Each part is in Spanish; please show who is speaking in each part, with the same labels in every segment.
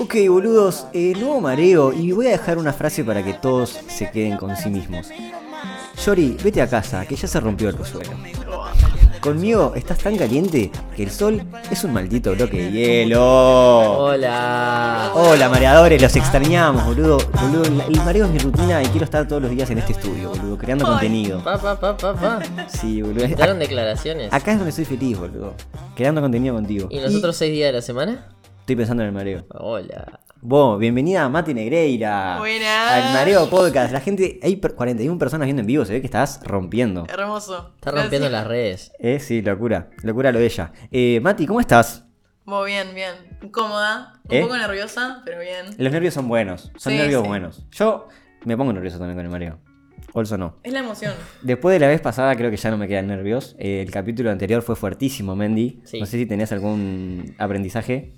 Speaker 1: Ok, boludos, eh, nuevo mareo y voy a dejar una frase para que todos se queden con sí mismos. Yori, vete a casa, que ya se rompió el pozuelo. Conmigo estás tan caliente que el sol es un maldito bloque de hielo.
Speaker 2: Hola.
Speaker 1: Hola mareadores, los extrañamos, boludo. Boludo, la- el mareo es mi rutina y quiero estar todos los días en este estudio, boludo, creando contenido.
Speaker 2: Pa, pa, pa, pa, pa.
Speaker 1: Sí, boludo. Ac-
Speaker 2: Daron declaraciones.
Speaker 1: Acá es donde soy feliz, boludo. Creando contenido contigo.
Speaker 2: ¿Y los otros seis días de la semana?
Speaker 1: Estoy pensando en el mareo.
Speaker 2: Hola.
Speaker 1: Vos, bienvenida a Mati Negreira.
Speaker 3: Buenas.
Speaker 1: Al Mareo Podcast. La gente, hay per- 41 personas viendo en vivo, se ve que estás rompiendo.
Speaker 3: Hermoso.
Speaker 2: Está rompiendo
Speaker 3: Gracias.
Speaker 2: las redes.
Speaker 1: Eh, sí, locura. Locura lo de ella. Eh, Mati, ¿cómo estás?
Speaker 3: Muy bien, bien. Incómoda, un
Speaker 1: ¿Eh?
Speaker 3: poco nerviosa, pero bien.
Speaker 1: Los nervios son buenos. Son
Speaker 3: Sí,
Speaker 1: nervios
Speaker 3: sí.
Speaker 1: buenos. Yo me pongo nervioso también con el mareo. Olso no.
Speaker 3: Es la emoción.
Speaker 1: Después de la vez pasada creo que ya no me quedan nervios. Eh, el capítulo anterior fue fuertísimo, Mendy.
Speaker 2: Sí.
Speaker 1: No sé si tenías algún aprendizaje.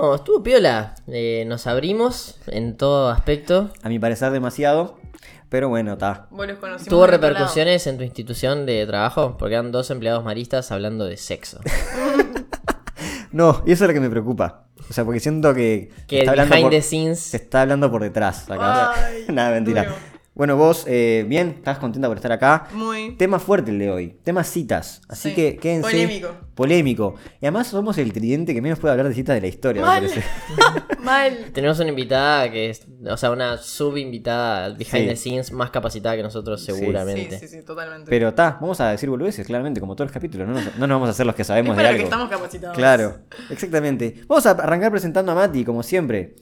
Speaker 2: No, estuvo piola. Eh, nos abrimos en todo aspecto.
Speaker 1: A mi parecer demasiado. Pero bueno, está.
Speaker 3: Vos los conocimos.
Speaker 2: ¿Tuvo
Speaker 3: del otro
Speaker 2: repercusiones en tu institución de trabajo? Porque eran dos empleados maristas hablando de sexo.
Speaker 1: No, y eso es lo que me preocupa. O sea, porque siento que...
Speaker 2: Que
Speaker 1: está
Speaker 2: el
Speaker 1: hablando
Speaker 2: behind
Speaker 1: por-
Speaker 2: the
Speaker 1: Se
Speaker 2: scenes.
Speaker 1: está hablando por detrás. acá.
Speaker 3: Ay,
Speaker 1: Nada, mentira.
Speaker 3: duro.
Speaker 1: Bueno, vos, eh, bien, estás contenta por estar acá.
Speaker 3: lado. Muy.
Speaker 1: Tema fuerte el de hoy, tema citas. Así
Speaker 3: Sí.
Speaker 1: que quédense.
Speaker 3: Polémico.
Speaker 1: Polémico. Y además somos el tridente que menos puede hablar de citas de la historia, me
Speaker 3: Mal.
Speaker 1: parece.
Speaker 3: Mal.
Speaker 2: Tenemos una invitada que es, o sea, una subinvitada al behind
Speaker 1: Sí.
Speaker 2: the scenes más capacitada que nosotros
Speaker 1: Sí.
Speaker 3: Sí,
Speaker 2: seguramente.
Speaker 3: sí, sí, totalmente.
Speaker 1: Pero ta, vamos a decir boludeces, claramente, como todos los capítulos. No nos, no nos vamos a hacer los que
Speaker 3: es
Speaker 1: sabemos
Speaker 3: para lo
Speaker 1: de
Speaker 3: que
Speaker 1: algo.
Speaker 3: estamos capacitados.
Speaker 1: Claro, exactamente. Vamos a arrancar presentando a Mati, como siempre,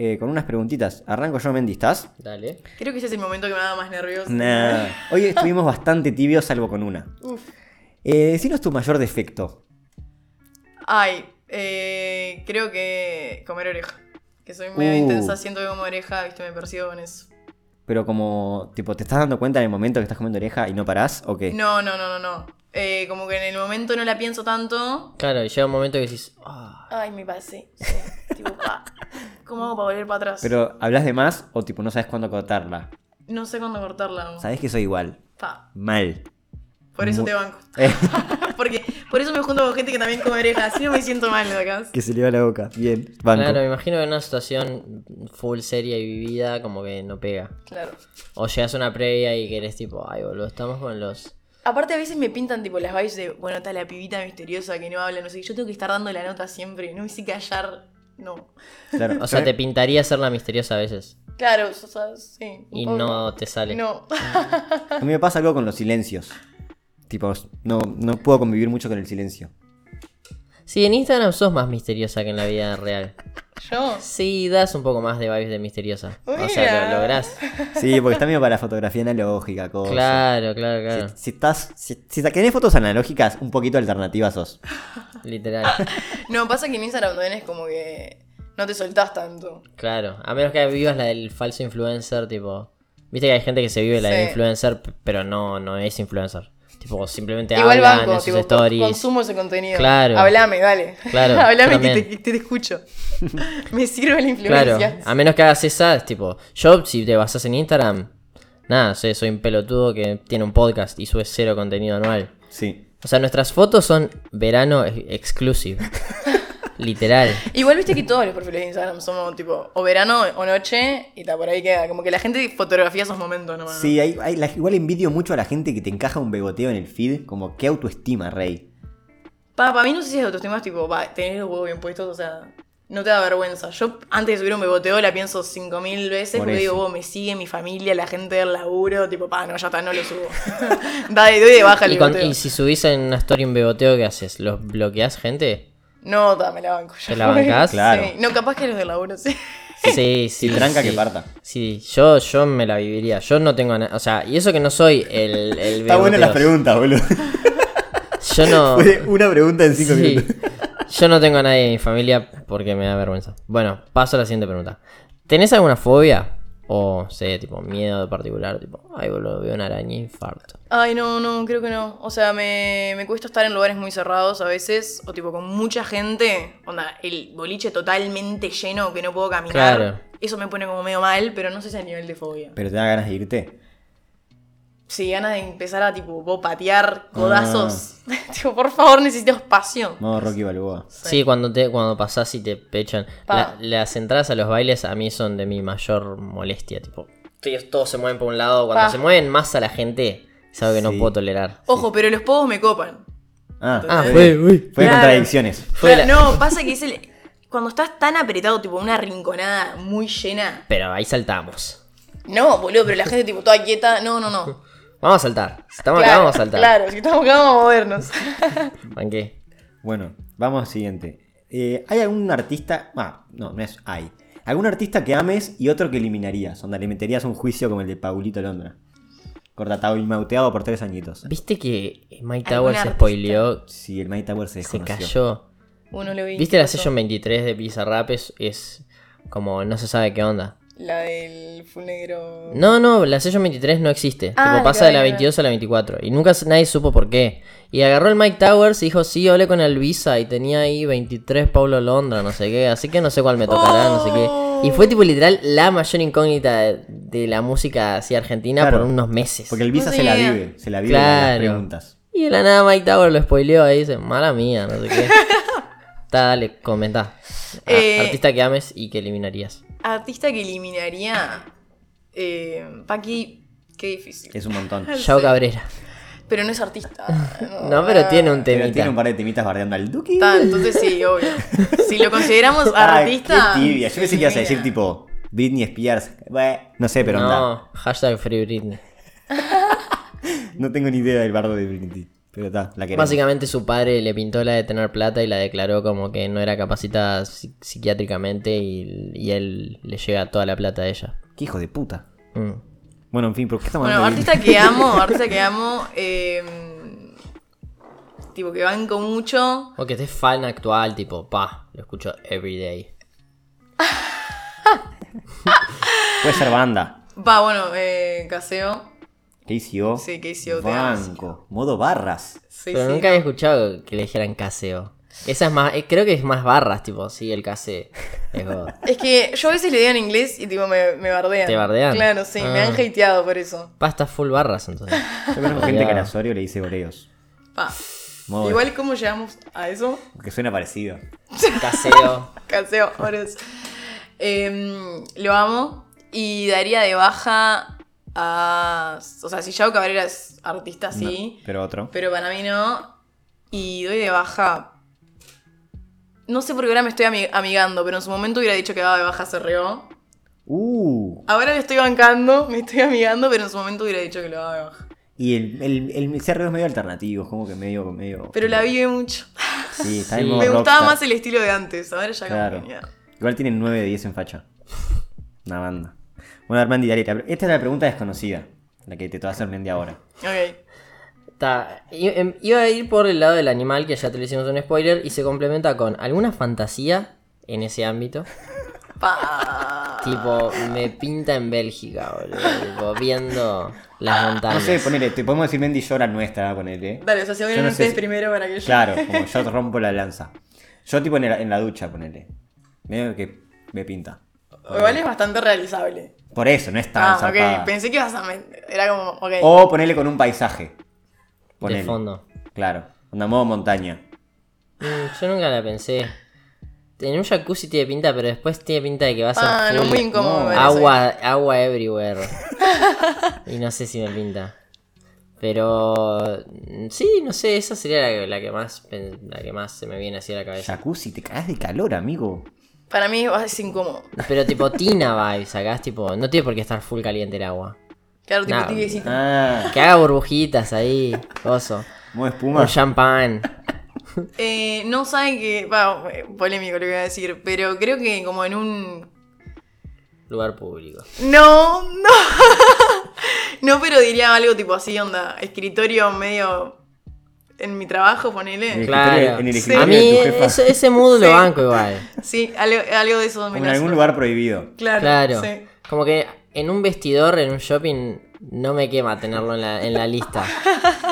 Speaker 1: eh, con unas preguntitas. Arranco yo, Mendy, ¿estás?
Speaker 2: Dale.
Speaker 3: Creo que ese es el momento que me da más nervioso.
Speaker 1: Nah. Hoy estuvimos bastante tibios, salvo con una.
Speaker 3: Uf.
Speaker 1: Eh, decinos tu mayor defecto.
Speaker 3: Ay, eh, creo que comer oreja. Que soy medio
Speaker 1: Uh.
Speaker 3: intensa, siento que como oreja, viste, me percibo con eso.
Speaker 1: Pero como, tipo, ¿te estás dando cuenta en el momento que estás comiendo oreja y no parás? ¿O qué?
Speaker 3: No, no, no, no, no. Eh, como que en el momento no la pienso tanto.
Speaker 2: Claro, y llega un momento que decís, "Ah".
Speaker 3: Ay, me pasé. Sí, tipo, pa. ¿Cómo hago para volver para atrás?
Speaker 1: Pero, ¿hablas de más o tipo no sabes cuándo cortarla?
Speaker 3: No sé cuándo cortarla.
Speaker 1: Sabes que soy igual.
Speaker 3: Pa.
Speaker 1: Mal.
Speaker 3: Por eso
Speaker 1: Mu-
Speaker 3: te banco.
Speaker 1: Eh,
Speaker 3: Porque por eso me junto con gente que también come orejas. Así no me siento mal de acá.
Speaker 1: que se le va la boca. Bien. Banco.
Speaker 2: Claro, me imagino que en una situación full seria y vivida como que no pega.
Speaker 3: Claro.
Speaker 2: O llegas a una previa y que eres tipo, ay boludo, estamos con los...
Speaker 3: Aparte a veces me pintan tipo las vibes de, bueno, está la pibita misteriosa que no habla, no sé, qué. yo tengo que estar dando la nota siempre, no me hice callar, no.
Speaker 1: Claro.
Speaker 2: O sea,
Speaker 1: Yo-
Speaker 2: te pintaría ser la misteriosa a veces
Speaker 3: Claro, o sea, sí. un
Speaker 2: y
Speaker 3: poco.
Speaker 2: no te sale.
Speaker 3: No.
Speaker 1: A mí me pasa algo con los silencios. Tipo, no, no puedo convivir mucho con el silencio.
Speaker 2: Sí, en Instagram sos más misteriosa que en la vida real.
Speaker 3: yo.
Speaker 2: Sí, das un poco más de vibes de misteriosa. O sea,
Speaker 3: Mira.
Speaker 2: lo lográs.
Speaker 1: Sí, porque está medio para la fotografía analógica, cosa.
Speaker 2: Claro, claro,
Speaker 1: Si,
Speaker 2: claro.
Speaker 1: si estás, si, si te- querés fotos analógicas, un poquito alternativas sos.
Speaker 2: Literal.
Speaker 3: No, pasa que en Instagram también es como que no te soltás tanto.
Speaker 2: Claro. A menos que vivas la del falso influencer, tipo... Viste que hay gente que se vive la del
Speaker 3: Sí.
Speaker 2: influencer, p- pero no, no es influencer. Tipo, simplemente
Speaker 3: Igual
Speaker 2: hablan
Speaker 3: banco,
Speaker 2: en sus
Speaker 3: tipo, co-
Speaker 2: stories.
Speaker 3: consumo ese contenido.
Speaker 2: Claro.
Speaker 3: Hablame, dale.
Speaker 2: Claro,
Speaker 3: Hablame que
Speaker 2: también.
Speaker 3: te, que te escucho. me sirve la influencia.
Speaker 2: Claro, a menos que hagas esas, tipo, yo si te basas en Instagram, nada, sé, soy un pelotudo que tiene un podcast y sube cero contenido anual.
Speaker 1: Sí.
Speaker 2: O sea, nuestras fotos son verano ex- exclusive. Literal.
Speaker 3: Igual viste que todos los perfiles de Instagram somos tipo o verano o noche y ta, por ahí queda. Como que la gente fotografía esos momentos nomás.
Speaker 1: Sí, hay, hay- la- igual envidio mucho a la gente que te encaja un beboteo en el feed. Como, qué autoestima, rey.
Speaker 3: Pa, para mí no sé si es autoestima, es tipo, va, tenés los huevos bien puestos, o sea, no te da vergüenza. Yo antes de subir un beboteo la pienso 5000 veces
Speaker 1: Por
Speaker 3: porque digo,
Speaker 1: eso.
Speaker 3: vos, me sigue mi familia, la gente del laburo, tipo, pa, no, ya está, no lo subo. dale, doy de baja el
Speaker 2: Y, cuan-
Speaker 3: beboteo.
Speaker 2: y si subís en una story un beboteo, ¿qué haces? ¿Los bloqueás, gente?
Speaker 3: No, ta, me la banco. ya
Speaker 2: ¿Te la
Speaker 3: fue.
Speaker 2: bancás?
Speaker 3: Sí.
Speaker 1: Claro.
Speaker 3: No, capaz que los del laburo, sí.
Speaker 2: Sí, sí.
Speaker 1: Si tranca,
Speaker 2: sí.
Speaker 1: que parta.
Speaker 2: Sí, yo, yo me la viviría. Yo no tengo nada. O sea, y eso que no soy el, el
Speaker 1: Está buena las
Speaker 2: beboteo.
Speaker 1: preguntas, boludo.
Speaker 2: Yo no.
Speaker 1: Fue una pregunta en cinco
Speaker 2: Sí.
Speaker 1: minutos.
Speaker 2: Yo no tengo a nadie de mi familia porque me da vergüenza. Bueno, paso a la siguiente pregunta. ¿Tenés alguna fobia? O, sé, tipo, miedo de particular, tipo, ay, boludo, veo una araña e infarto.
Speaker 3: Ay, no, no, creo que no. O sea, me, me cuesta estar en lugares muy cerrados a veces, o tipo con mucha gente. Onda, el boliche totalmente lleno que no puedo caminar.
Speaker 2: Claro.
Speaker 3: Eso me pone como medio mal, pero no sé si a nivel de fobia.
Speaker 1: Pero te da ganas de irte.
Speaker 3: Sí, ganas de empezar a tipo bopatear codazos.
Speaker 2: Ah.
Speaker 3: tipo, por favor, necesito espacio.
Speaker 1: Modo Rocky Balboa.
Speaker 2: Sí, cuando te cuando pasás y te pechan.
Speaker 3: Pa.
Speaker 2: La- las entradas a los bailes a mí son de mi mayor molestia. Tipo, ellos todos se mueven por un lado. Cuando
Speaker 3: Pa.
Speaker 2: se mueven más a la gente, es algo que no
Speaker 1: Sí.
Speaker 2: puedo tolerar.
Speaker 3: Ojo, pero los pogos me copan.
Speaker 1: Ah,
Speaker 2: Ah,
Speaker 1: eh,
Speaker 2: fue, uy.
Speaker 1: fue
Speaker 3: Claro.
Speaker 1: contradicciones.
Speaker 2: Fue
Speaker 3: Claro,
Speaker 2: la-
Speaker 3: No, pasa que es el... Cuando estás tan apretado, tipo una rinconada muy llena.
Speaker 2: Pero ahí saltamos.
Speaker 3: No, boludo, pero la gente tipo toda quieta. No, no, no.
Speaker 2: Vamos a saltar. Si estamos acá,
Speaker 3: Claro,
Speaker 2: vamos a saltar.
Speaker 3: Claro, si estamos acá vamos a movernos.
Speaker 2: Banqué.
Speaker 1: Bueno, vamos al siguiente. Eh, ¿Hay algún artista? Ah, no, no es hay. ¿Algún artista que ames y otro que eliminarías? Onda, le meterías un juicio como el de Paulito Londra. Cortatado y mauteado por tres añitos.
Speaker 2: ¿Viste que Mike
Speaker 3: ¿Algún
Speaker 2: Tower se
Speaker 3: artista?
Speaker 2: spoileó?
Speaker 1: Sí, el Mike Tower se
Speaker 2: Se
Speaker 1: desconoció.
Speaker 2: cayó.
Speaker 3: Uno lo vi.
Speaker 2: ¿Viste la
Speaker 3: pasó.
Speaker 2: sesión 23 de Bizarrap? Es, es como no se sabe qué onda.
Speaker 3: La del full negro.
Speaker 2: No, no, la sesión 23 no existe.
Speaker 3: Ah,
Speaker 2: tipo,
Speaker 3: la
Speaker 2: pasa
Speaker 3: que
Speaker 2: de la
Speaker 3: había.
Speaker 2: 22 a la 24. Y nunca s- nadie supo por qué. Y agarró el Mike Towers y dijo, sí, hablé con Elvisa y tenía ahí 23 Pablo Londra, no sé qué. Así que no sé cuál me tocará, no sé qué. Y fue tipo literal la mayor incógnita de, de la música así argentina
Speaker 1: Claro.
Speaker 2: por unos meses.
Speaker 1: Porque el Visa
Speaker 3: No
Speaker 1: se la
Speaker 3: tenía idea.
Speaker 1: vive, se la vive con las
Speaker 2: Claro.
Speaker 1: preguntas.
Speaker 2: Y de la nada Mike Tower lo spoileó ahí, dice, mala mía, no sé qué. Está, dale, comentá. Ah,
Speaker 3: Eh.
Speaker 2: Artista que ames y que eliminarías.
Speaker 3: Artista que eliminaría. Eh, Paqui, qué difícil.
Speaker 1: Es un montón.
Speaker 2: Yao Cabrera.
Speaker 3: Pero no es artista.
Speaker 2: No, pero
Speaker 3: Ah.
Speaker 2: tiene un
Speaker 1: Pero tiene
Speaker 2: temita.
Speaker 1: un par de temitas bardeando al Duki.
Speaker 3: Está, entonces sí, obvio. Si lo consideramos
Speaker 1: Ah,
Speaker 3: artista.
Speaker 1: qué tibia. Yo pensé que ibas a decir
Speaker 3: elimina.
Speaker 1: tipo Britney Spears. Bueh, no sé, pero onda.
Speaker 2: No, hashtag Free Britney.
Speaker 1: No tengo ni idea del bardo de Britney. Pero está, la queremos.
Speaker 2: Básicamente su padre le pintó la de tener plata y la declaró como que no era capacitada psi- psiquiátricamente y, y él le llega toda la plata a ella.
Speaker 1: Qué hijo de puta.
Speaker 2: Mm.
Speaker 1: Bueno, en fin, ¿por qué estamos
Speaker 3: Bueno,
Speaker 1: hablando de
Speaker 3: artista que amo, artista que amo. eh, tipo que banco mucho.
Speaker 2: O que estés este fan actual, tipo, pa, lo escucho every day.
Speaker 1: Puede ser banda.
Speaker 3: Va, bueno, eh, Caseo.
Speaker 1: KCO.
Speaker 3: Sí, KCO, te amo.
Speaker 1: Banco. Modo barras.
Speaker 3: Sí,
Speaker 2: Pero
Speaker 3: sí.
Speaker 2: nunca había escuchado que le dijeran caseo. Esa es más, eh, creo que es más barras, tipo, sí, el caseo. Es como-
Speaker 3: Es que yo a veces le digo en inglés y tipo me, me bardean.
Speaker 2: ¿Te bardean?
Speaker 3: Claro, sí, me
Speaker 2: Ah.
Speaker 3: han hateado por eso.
Speaker 2: Pa, está full barras entonces.
Speaker 1: Yo conozco gente que a Osorio le dice Oreos.
Speaker 3: Pa.
Speaker 1: Modo
Speaker 3: Igual cómo llegamos a eso.
Speaker 1: Que suena parecido.
Speaker 2: Caseo.
Speaker 3: Caseo, ahora es. Em, lo amo. Y daría de baja a. O sea, si Yao Cabrera es artista, sí.
Speaker 1: No, pero otro.
Speaker 3: Pero para mí no. Y doy de baja. No sé por qué ahora me estoy ami- amigando, pero en su momento hubiera dicho que daba de baja a CRO.
Speaker 1: Uh.
Speaker 3: Ahora le estoy bancando, me estoy amigando, pero en su momento hubiera dicho que lo daba de baja.
Speaker 1: Y el, el, el, CRO es medio alternativo, es como que medio. medio
Speaker 3: Pero la vive mucho.
Speaker 1: Sí, está
Speaker 2: Sí.
Speaker 1: en modo
Speaker 3: Me gustaba
Speaker 1: rockstar.
Speaker 3: más el estilo de antes, ahora ya
Speaker 1: Claro.
Speaker 3: como que ya.
Speaker 1: Igual tienen 9 de 10 en facha. Una banda. Bueno, Armandi, dale. la- Esta es la pregunta desconocida. La que te va a hacer Mendy ahora.
Speaker 3: Ok.
Speaker 2: Está, i- em, iba a ir por el lado del animal, que ya te le hicimos un spoiler, y se complementa con alguna fantasía en ese ámbito.
Speaker 3: Pa.
Speaker 2: Tipo, me pinta en Bélgica, boludo. Tipo, viendo
Speaker 3: Ah,
Speaker 2: las
Speaker 1: No
Speaker 2: montañas.
Speaker 1: sé, ponele, te podemos decir Mendy llora nuestra, ponele.
Speaker 3: Dale, o sea, se
Speaker 1: Yo
Speaker 3: vienen
Speaker 1: no sé
Speaker 3: ustedes
Speaker 1: si-
Speaker 3: primero para que yo.
Speaker 1: Claro, como yo rompo la lanza. Yo tipo en la, en la ducha, ponele. Medio que me pinta.
Speaker 3: Igual es bastante realizable.
Speaker 1: Por eso, no es tan
Speaker 3: Ah,
Speaker 1: zarpada. Oh,
Speaker 3: ok. Pensé que ibas a. men- Era como. Ok.
Speaker 1: O ponele con un paisaje. Ponele.
Speaker 2: de fondo.
Speaker 1: Claro. Onda modo montaña.
Speaker 2: Mm, yo nunca la pensé. En un jacuzzi tiene pinta, pero después tiene pinta de que vas a
Speaker 3: ah,
Speaker 2: ser
Speaker 3: no,
Speaker 2: full
Speaker 3: muy incómodo.
Speaker 1: no,
Speaker 3: me parece.
Speaker 2: agua, agua everywhere. y no sé si me pinta. Pero mm, sí, no sé, esa sería la, que- la que más pen- la que más se me viene así a la cabeza.
Speaker 1: Jacuzzi, te cagás de calor, amigo.
Speaker 3: Para mí es incómodo.
Speaker 2: Pero tipo tina vibes, sacás tipo, no tiene por qué estar full caliente el agua.
Speaker 3: Claro, tipo
Speaker 2: Nah.
Speaker 3: tibiecito.
Speaker 1: Ah,
Speaker 2: Que haga burbujitas ahí, oso.
Speaker 1: modo espuma.
Speaker 2: Un champán.
Speaker 3: Eh, no saben que. Va, eh, polémico lo que voy a decir. Pero creo que como en un.
Speaker 2: Lugar público.
Speaker 3: No, no. no, pero diría algo tipo así, onda. Escritorio medio. En mi trabajo,
Speaker 1: En el
Speaker 3: ponele.
Speaker 2: Claro.
Speaker 1: escritorio- en el
Speaker 3: Sí.
Speaker 1: escritorio
Speaker 2: A mí
Speaker 1: de tu jefa.
Speaker 2: ese, ese mood lo
Speaker 3: Sí.
Speaker 2: banco igual.
Speaker 3: Sí, algo, algo de eso me
Speaker 1: Como en
Speaker 3: nace.
Speaker 1: algún lugar prohibido.
Speaker 3: Claro.
Speaker 2: Claro.
Speaker 3: sí.
Speaker 2: Como que en un vestidor, en un shopping, no me quema tenerlo en la, en la lista.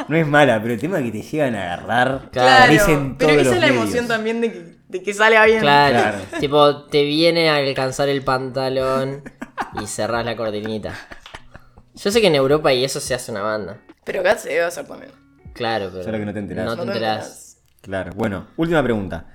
Speaker 1: No es mala, pero el tema es que te llegan a agarrar.
Speaker 3: Claro,
Speaker 1: dicen
Speaker 3: pero
Speaker 1: todos
Speaker 3: esa
Speaker 1: los
Speaker 3: es la
Speaker 1: medios.
Speaker 3: emoción también de que, de que sale bien.
Speaker 2: Claro.
Speaker 1: Claro.
Speaker 2: Tipo, te viene a alcanzar el pantalón y cerrás la cortinita. Yo sé que en Europa y eso se hace una banda.
Speaker 3: Pero acá se debe hacer también.
Speaker 2: Claro, pero.
Speaker 1: Solo que no te enterás.
Speaker 2: No te
Speaker 3: No te
Speaker 2: enterás.
Speaker 1: Claro, bueno, última pregunta.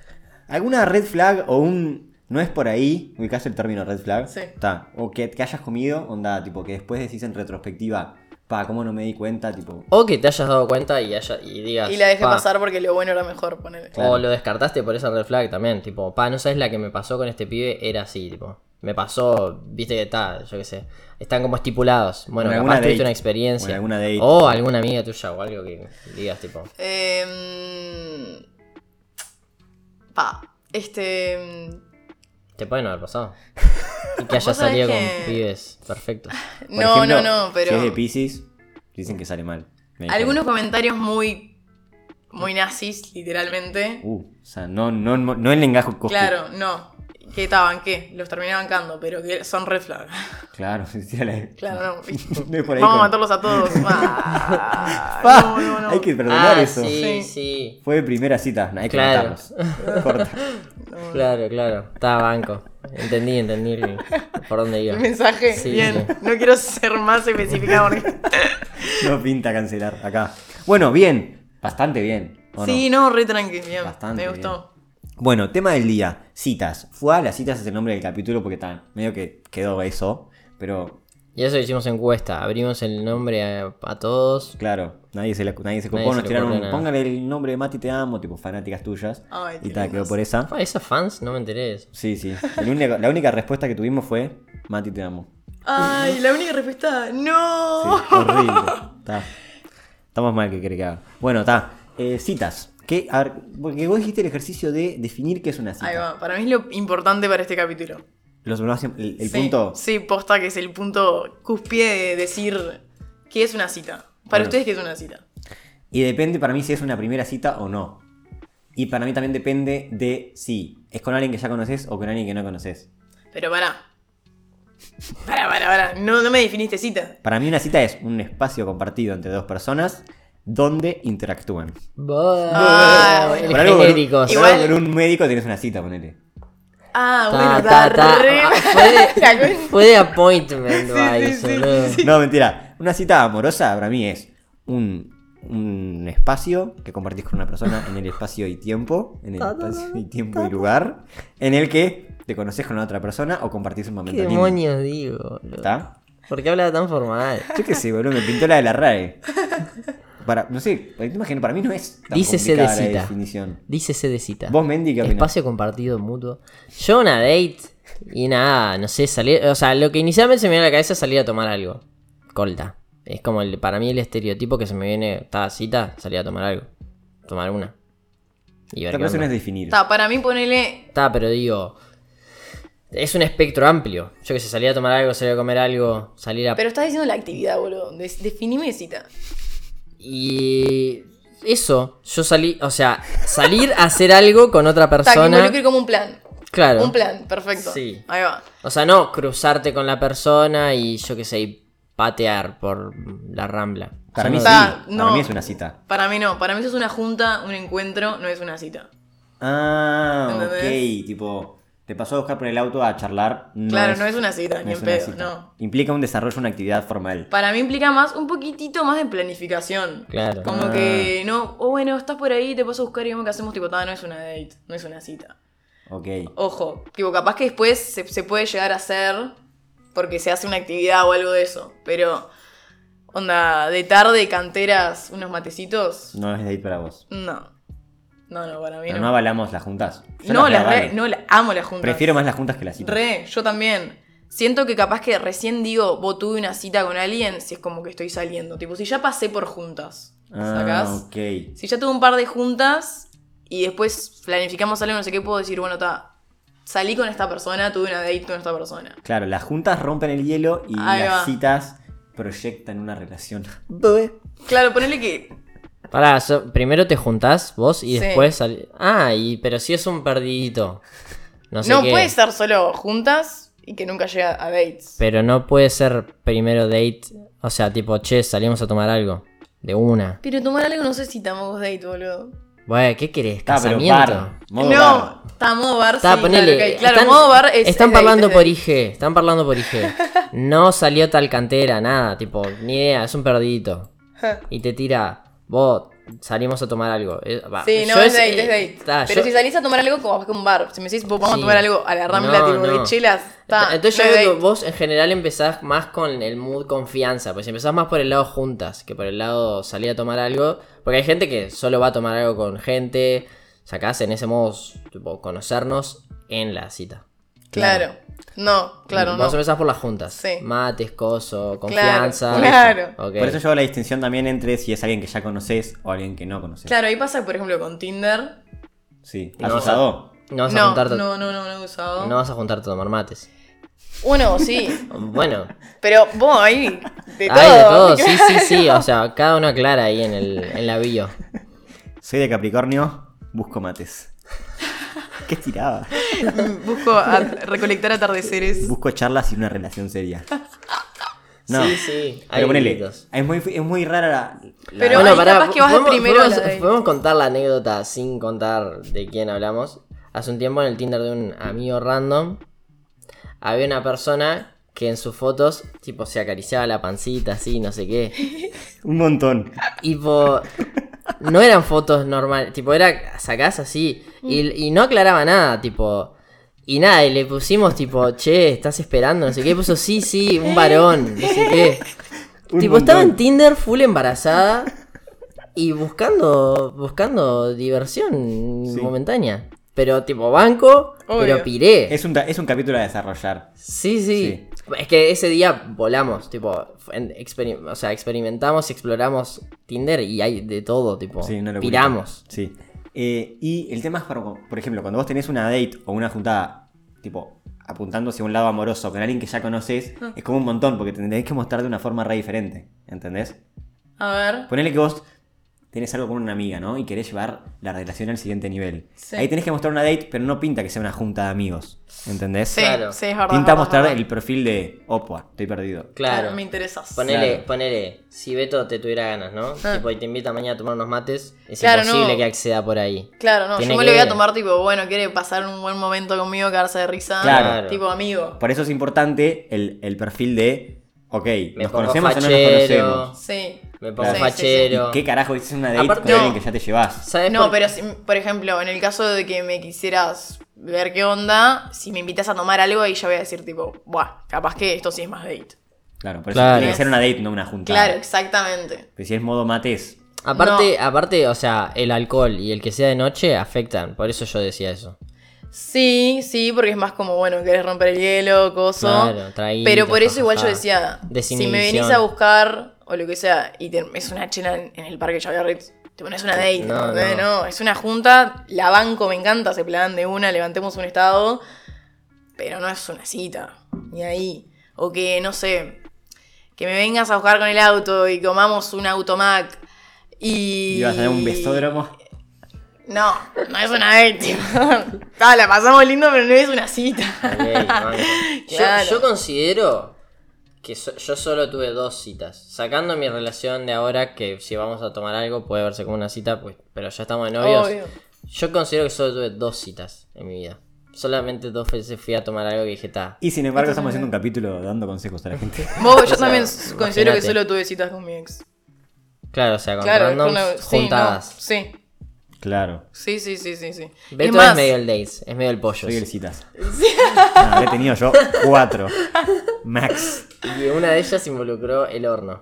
Speaker 1: ¿Alguna red flag o un no es por ahí? ¿Ubicaste el término red flag?
Speaker 3: Sí.
Speaker 1: Está. O que, que hayas comido, onda, tipo, que después decís en retrospectiva, pa, ¿cómo no me di cuenta? Tipo,
Speaker 2: O que te hayas dado cuenta y, haya- y digas.
Speaker 3: Y la dejé
Speaker 2: "Pa".
Speaker 3: pasar porque lo bueno era mejor, ponele.
Speaker 1: Claro.
Speaker 2: O lo descartaste por esa red flag también. Tipo, pa, no sabes la que me pasó con este pibe, era así, tipo. Me pasó, viste que está, yo qué sé. Están como estipulados. Bueno,
Speaker 1: En alguna
Speaker 2: capaz tuviste
Speaker 1: date.
Speaker 2: una experiencia.
Speaker 1: O en alguna date.
Speaker 2: O alguna amiga tuya o algo que digas, tipo.
Speaker 3: Em, Eh, pa, este.
Speaker 2: Te pueden haber pasado. Y que hayas
Speaker 3: Vos sabés
Speaker 2: salido
Speaker 3: que-
Speaker 2: con pibes perfectos.
Speaker 1: por
Speaker 3: no,
Speaker 1: ejemplo,
Speaker 3: no, no, pero.
Speaker 1: Si es de Pisces, dicen que sale mal. Me dijeron.
Speaker 3: algunos comentarios muy. Muy nazis, literalmente.
Speaker 1: Uh, o sea, no, no, no, no el lengaje coscu.
Speaker 3: claro, no. Que estaban, ¿qué? Los terminé bancando, pero que son red flag.
Speaker 1: Claro, sí, sí, la-
Speaker 3: Claro, no.
Speaker 1: No es por ahí
Speaker 3: Vamos a
Speaker 1: con-
Speaker 3: matarlos a todos. Ah,
Speaker 1: Pa,
Speaker 3: no, no, no.
Speaker 1: Hay que perdonar
Speaker 2: ah,
Speaker 1: eso.
Speaker 2: sí,
Speaker 3: Sí.
Speaker 2: sí.
Speaker 1: Fue de primera cita, hay que
Speaker 2: Claro.
Speaker 1: matarlos. Corta.
Speaker 2: Claro, claro. Estaba banco. Entendí, entendí el- por dónde iba.
Speaker 3: El mensaje,
Speaker 2: Sí,
Speaker 3: bien.
Speaker 2: sí.
Speaker 3: No quiero ser más específica porque.
Speaker 1: No pinta cancelar acá. Bueno, bien. Bastante bien. ¿o no?
Speaker 3: Sí, no, re tranqui, bien.
Speaker 1: Bastante
Speaker 3: me gustó.
Speaker 1: Bueno, tema del día, citas. Fue a las citas es el nombre del capítulo porque tan medio que quedó eso, pero
Speaker 2: Y eso hicimos encuesta. Abrimos el nombre a, a todos.
Speaker 1: claro, nadie se, le- nadie se
Speaker 2: Nadie
Speaker 1: copó,
Speaker 2: se
Speaker 1: nos
Speaker 2: le
Speaker 1: tiraron,
Speaker 2: ocurrió
Speaker 1: un,
Speaker 2: nada.
Speaker 1: póngale el nombre de Mati te amo, tipo fanáticas tuyas.
Speaker 3: Ay, qué
Speaker 1: y tal, quedó
Speaker 3: lindos.
Speaker 1: por esa.
Speaker 2: Pa, ¿Esos fans? No me enteré de eso.
Speaker 1: Sí, sí. El único- la única respuesta que tuvimos fue Mati te amo.
Speaker 3: Ay, la única respuesta,
Speaker 1: Sí,
Speaker 3: no.
Speaker 1: horrible. Está. Estamos mal que cree que haga. Bueno, está. Eh, citas. ¿Qué, a ver, porque vos dijiste el ejercicio de definir qué es una cita.
Speaker 3: Ahí va, para mí es lo importante para este capítulo.
Speaker 1: Los- el, el
Speaker 3: Sí,
Speaker 1: punto.
Speaker 3: Sí, posta que es el punto cúspide de decir qué es una cita. Para
Speaker 1: Bueno.
Speaker 3: ustedes, ¿qué es una cita?
Speaker 1: Y depende para mí si es una primera cita o no. Y para mí también depende de si es con alguien que ya conoces o con alguien que no conoces.
Speaker 3: Pero pará. Pará, pará, pará. No, no me definiste cita.
Speaker 1: Para mí una cita es un espacio compartido entre dos personas donde interactúan.
Speaker 3: Ah,
Speaker 2: Bah,
Speaker 3: bueno.
Speaker 2: el
Speaker 1: Por algo con-
Speaker 2: genérico.
Speaker 1: por
Speaker 3: Igual-
Speaker 1: algo con un médico tenés una cita, ponele.
Speaker 3: Ah,
Speaker 2: Ta,
Speaker 3: bueno,
Speaker 2: ta,
Speaker 3: está
Speaker 2: ta.
Speaker 3: re-
Speaker 2: Ah, fue-
Speaker 3: La cuenta.
Speaker 2: Fue de appointment,
Speaker 3: Sí,
Speaker 2: va,
Speaker 3: sí,
Speaker 2: eso,
Speaker 3: sí,
Speaker 2: boludo.
Speaker 1: No, mentira. Una cita amorosa para mí es un, un espacio que compartís con una persona en el espacio y tiempo, en el espacio y tiempo y lugar, en el que te conoces con la otra persona o compartís un
Speaker 2: ¿Qué
Speaker 1: momento lindo.
Speaker 2: demonios digo, boludo?
Speaker 1: ¿Está?
Speaker 2: ¿Por qué habla tan formal?
Speaker 1: Yo qué sé, boludo, me pintó la de la RAE. Para, no sé, para, imagino, para mí no es tan
Speaker 2: Dícese de
Speaker 1: complicada la
Speaker 2: cita.
Speaker 1: definición.
Speaker 2: Dícese de cita.
Speaker 1: Vos, Mendy, ¿qué opinás?
Speaker 2: Espacio compartido mutuo. Yo una date y nada, no sé, salir. O sea, lo que inicialmente se me viene a la cabeza es salir a tomar algo. Colta. Es como el, para mí el estereotipo que se me viene. Estaba cita, salir a tomar algo. Tomar una. Y ver
Speaker 1: Pero
Speaker 2: qué
Speaker 1: eso no
Speaker 2: onda.
Speaker 1: es definir.
Speaker 3: Ta, para mí ponele
Speaker 2: Está, pero digo. Es un espectro amplio. Yo que sé, salir a tomar algo, salir a comer algo, salir a.
Speaker 3: Pero estás diciendo la actividad, boludo. Des- definime cita.
Speaker 2: Y. Eso, yo salí. O sea, salir a hacer algo con otra
Speaker 3: Está, que
Speaker 2: persona.
Speaker 3: involucre como un plan.
Speaker 2: Claro.
Speaker 3: Un plan, perfecto.
Speaker 2: Sí.
Speaker 3: Ahí va.
Speaker 2: O sea, no cruzarte con la persona y yo qué sé, y patear por la rambla.
Speaker 1: Para
Speaker 2: O
Speaker 1: mí sí,
Speaker 2: sea,
Speaker 3: Ta,
Speaker 1: para
Speaker 3: no.
Speaker 1: mí es una cita.
Speaker 3: Para mí no. Para mí eso es una junta, un encuentro, no es una cita.
Speaker 1: Ah,
Speaker 3: ¿Entendés?
Speaker 1: ok, tipo, te pasó a buscar por el auto a charlar. No
Speaker 3: claro,
Speaker 1: es,
Speaker 3: no es una cita, ni en pedo, no.
Speaker 1: Implica un desarrollo, una actividad formal.
Speaker 3: Para mí implica más, un poquitito más de planificación.
Speaker 2: Claro.
Speaker 3: Como
Speaker 1: Ah.
Speaker 3: que no, o bueno, estás por ahí, te paso a buscar y vemos qué hacemos, tipo, "Ta, no es una date, no es una cita.
Speaker 1: Ok.
Speaker 3: Ojo, tipo, capaz que después se, se puede llegar a hacer porque se hace una actividad o algo de eso. Pero, onda, de tarde, canteras, unos matecitos,
Speaker 1: No es date para vos.
Speaker 3: no. No, no, para mí
Speaker 1: Pero no
Speaker 3: no.
Speaker 1: avalamos las juntas. Yo
Speaker 3: No, la
Speaker 1: avalo.
Speaker 3: re- no, la- amo las juntas.
Speaker 1: Prefiero más las juntas que las citas.
Speaker 3: Re, yo también. Siento que capaz que recién digo, vos tuve una cita con alguien, si es como que estoy saliendo. Tipo, si ya pasé por juntas,
Speaker 1: ah,
Speaker 3: ¿sacás?
Speaker 1: ok.
Speaker 3: Si ya tuve un par de juntas y después planificamos algo, no sé qué, puedo decir, bueno, ta, salí con esta persona, tuve una date con esta persona.
Speaker 1: Claro, las juntas rompen el hielo y
Speaker 3: Ahí
Speaker 1: las
Speaker 3: va.
Speaker 1: citas proyectan una relación.
Speaker 3: Claro, ponele que.
Speaker 2: Pará, so- primero te juntás vos y
Speaker 3: Sí.
Speaker 2: después sal- Ah, y, pero si es un perdidito. No
Speaker 3: No,
Speaker 2: sé qué.
Speaker 3: puede ser solo juntas y que nunca llega a dates.
Speaker 2: Pero no puede ser primero date. O sea, tipo, che, salimos a tomar algo. De una.
Speaker 3: Pero tomar algo no sé si tampoco es date, boludo.
Speaker 2: Bueno, ¿qué
Speaker 1: Ah,
Speaker 2: querés?
Speaker 4: Está, pero
Speaker 2: ¿Casamiento?
Speaker 4: bar, modo bar.
Speaker 3: No, está modo bar,
Speaker 2: Está,
Speaker 3: sí,
Speaker 2: ponele,
Speaker 3: claro, ok. Claro,
Speaker 2: están,
Speaker 3: modo bar es-
Speaker 2: están
Speaker 3: es de ahí,
Speaker 2: parlando
Speaker 3: es de
Speaker 2: por
Speaker 3: ahí.
Speaker 2: IG, están parlando por IG. No salió tal cantera, nada, tipo, ni idea, es un perdidito. Y te tira, vos salimos a tomar algo. Eh, va,
Speaker 3: Sí, no,
Speaker 2: yo es-
Speaker 3: es date,
Speaker 2: eh,
Speaker 3: es date.
Speaker 2: está,
Speaker 3: Pero
Speaker 2: yo-
Speaker 3: si salís a tomar algo, como vas a un bar. Si me decís, vos vamos
Speaker 2: Sí.
Speaker 3: a tomar algo a la rambla,
Speaker 2: No,
Speaker 3: tipo
Speaker 2: no.
Speaker 3: de chelas, está.
Speaker 2: Entonces yo
Speaker 3: no es
Speaker 2: creo que
Speaker 3: date.
Speaker 2: vos en general empezás más con el mood confianza, pues si empezás más por el lado juntas que por el lado salir a tomar algo, porque hay gente que solo va a tomar algo con gente, sacás en ese modo tipo, conocernos en la cita.
Speaker 3: Claro. No, claro,
Speaker 2: Vos
Speaker 3: no.
Speaker 2: empezás por las juntas.
Speaker 3: Sí.
Speaker 2: Mates, coso, confianza.
Speaker 3: claro.
Speaker 2: Ok.
Speaker 1: Por eso yo hago la distinción también entre si es alguien que ya conoces o alguien que no conoces.
Speaker 3: Claro, ahí pasa, por ejemplo, con Tinder.
Speaker 1: Sí,
Speaker 2: No,
Speaker 1: has usado.
Speaker 2: No vas a
Speaker 3: No,
Speaker 2: juntarte.
Speaker 3: no, no, no, no he usado.
Speaker 2: no vas a juntarte a tomar mates.
Speaker 3: Uno, sí.
Speaker 2: Bueno.
Speaker 3: Pero vos ahí, de todo.
Speaker 2: Hay de todo, sí, sí, sí. O sea, cada uno aclara ahí en el, en la bio.
Speaker 1: Soy de Capricornio, busco mates. ¿Qué estiraba?
Speaker 3: Busco a- recolectar atardeceres.
Speaker 1: Busco charlas y una relación seria. No,
Speaker 2: Sí, sí. Hay
Speaker 1: pero ponele.
Speaker 2: gritos.
Speaker 1: Es muy, es muy rara la. la-
Speaker 3: Pero- ahí capaz que vas de
Speaker 2: podemos-
Speaker 3: primero a la
Speaker 2: Podemos,
Speaker 3: de-
Speaker 2: podemos contar la anécdota sin contar de quién hablamos. Hace un tiempo en el Tinder de un amigo random había una persona que en sus fotos tipo se acariciaba la pancita así, no sé qué.
Speaker 1: Un montón.
Speaker 2: Tipo, no eran fotos normales, tipo, era sacás así
Speaker 1: Mm.
Speaker 2: y, y no aclaraba nada, tipo. Y nada, y le pusimos tipo, che, estás esperando, no sé qué, y puso, sí, sí, un varón, no sé qué.
Speaker 1: Un
Speaker 2: tipo,
Speaker 1: montón.
Speaker 2: estaba en Tinder full embarazada y buscando, buscando diversión
Speaker 1: Sí.
Speaker 2: momentánea. Pero tipo banco, pero
Speaker 3: Obvio.
Speaker 2: piré.
Speaker 1: Es un, ta- es un capítulo a desarrollar.
Speaker 2: Sí, sí, Es que ese día volamos, tipo, en- experi- o sea, experimentamos, exploramos Tinder y hay de todo, tipo,
Speaker 1: Sí, una locura.
Speaker 2: piramos.
Speaker 1: Sí. Eh, y el tema es, por, por ejemplo, cuando vos tenés una date o una juntada, tipo, apuntando hacia un lado amoroso con alguien que ya conoces,
Speaker 3: Ah.
Speaker 1: es como un montón, porque tendréis que mostrar de una forma re diferente. ¿Entendés?
Speaker 3: A ver.
Speaker 1: Ponele que vos tenés algo con una amiga, ¿no? Y querés llevar la relación al siguiente nivel.
Speaker 3: Sí.
Speaker 1: Ahí tenés que mostrar una date, pero no pinta que sea una junta de amigos. ¿Entendés?
Speaker 3: Sí,
Speaker 2: Claro.
Speaker 3: sí, es verdad.
Speaker 1: pinta
Speaker 3: verdad,
Speaker 1: mostrar
Speaker 3: verdad.
Speaker 1: el perfil de Opa, estoy perdido.
Speaker 2: Claro.
Speaker 3: Me interesas.
Speaker 2: Ponele,
Speaker 1: Claro.
Speaker 2: ponele, si Beto te tuviera ganas, ¿no?
Speaker 3: Ah.
Speaker 2: Tipo, y te invita mañana a tomar unos mates, es
Speaker 3: Claro,
Speaker 2: imposible
Speaker 3: no.
Speaker 2: que acceda por ahí.
Speaker 3: Claro, no, yo
Speaker 2: Tiene
Speaker 3: me lo voy
Speaker 2: que-
Speaker 3: a tomar tipo, bueno, quiere pasar un buen momento conmigo, quedarse de risa.
Speaker 1: Claro.
Speaker 3: Tipo amigo.
Speaker 1: Por eso es importante el, el perfil de, ok, ¿nos
Speaker 2: pongo
Speaker 1: conocemos o no nos
Speaker 2: fachero.
Speaker 1: conocemos?
Speaker 3: Sí.
Speaker 2: Me pongo
Speaker 1: Claro.
Speaker 3: Sí, sí,
Speaker 2: fachero.
Speaker 1: ¿Y ¿Qué carajo dices en una date
Speaker 2: Aparte-
Speaker 1: con alguien
Speaker 3: No.
Speaker 1: que ya te llevas?
Speaker 2: ¿Sabes
Speaker 3: No,
Speaker 2: por-
Speaker 3: pero si, por ejemplo, en el caso de que me quisieras ver qué onda, si me invitas a tomar algo ahí ya voy a decir tipo, buah, capaz que esto sí es más date.
Speaker 1: Claro, por eso
Speaker 2: Claro.
Speaker 1: tiene que ser una date, no una juntada.
Speaker 3: Claro, exactamente.
Speaker 1: Porque si es modo mates,
Speaker 2: Aparte, aparte, o sea, el alcohol y el que sea de noche afectan, por eso yo decía eso.
Speaker 3: Sí, sí, porque es más como, bueno, querés romper el hielo, coso.
Speaker 2: Claro, traído,
Speaker 3: Pero por eso igual
Speaker 2: jajaja.
Speaker 3: yo decía, si me
Speaker 2: Desinhibición.
Speaker 3: venís a buscar o lo que sea y te- es una chena en, en el parque Chavarritz, te pones una date,
Speaker 2: No,
Speaker 3: no, no.
Speaker 2: no.
Speaker 3: es una junta, la banco, me encanta ese plan de una, levantemos un estado, pero no es una cita, ni ahí. O que, no sé, que me vengas a buscar con el auto y comamos un automac y...
Speaker 1: ibas a dar un besódromo.
Speaker 3: No, no es una date. tipo. Ta, la pasamos lindo, pero no es una cita.
Speaker 2: Ok, banco. Yo-
Speaker 3: Claro.
Speaker 2: yo, considero que so- yo solo tuve dos citas. Sacando mi relación de ahora, que si vamos a tomar algo puede verse como una cita, pues, pero ya estamos de novios.
Speaker 3: Obvio.
Speaker 2: Yo considero que solo tuve dos citas en mi vida. Solamente dos veces fui a tomar algo que dije, ta.
Speaker 1: Y sin embargo estamos haciendo un capítulo dando consejos a la gente.
Speaker 3: Vos, yo
Speaker 2: sea,
Speaker 3: también considero que
Speaker 2: imagínate.
Speaker 3: solo tuve citas con mi ex.
Speaker 2: Claro, o sea, con
Speaker 3: Claro,
Speaker 2: randoms
Speaker 3: con la- sí, no,
Speaker 2: juntadas.
Speaker 3: Sí,
Speaker 1: Claro.
Speaker 3: sí, sí, sí, sí, sí.
Speaker 2: Beto
Speaker 3: es
Speaker 2: es,
Speaker 3: más,
Speaker 2: medio el days, es medio el pollo.
Speaker 1: Soy el
Speaker 2: sí.
Speaker 1: citas. No, he tenido yo cuatro. Max.
Speaker 2: Y una de ellas involucró el horno.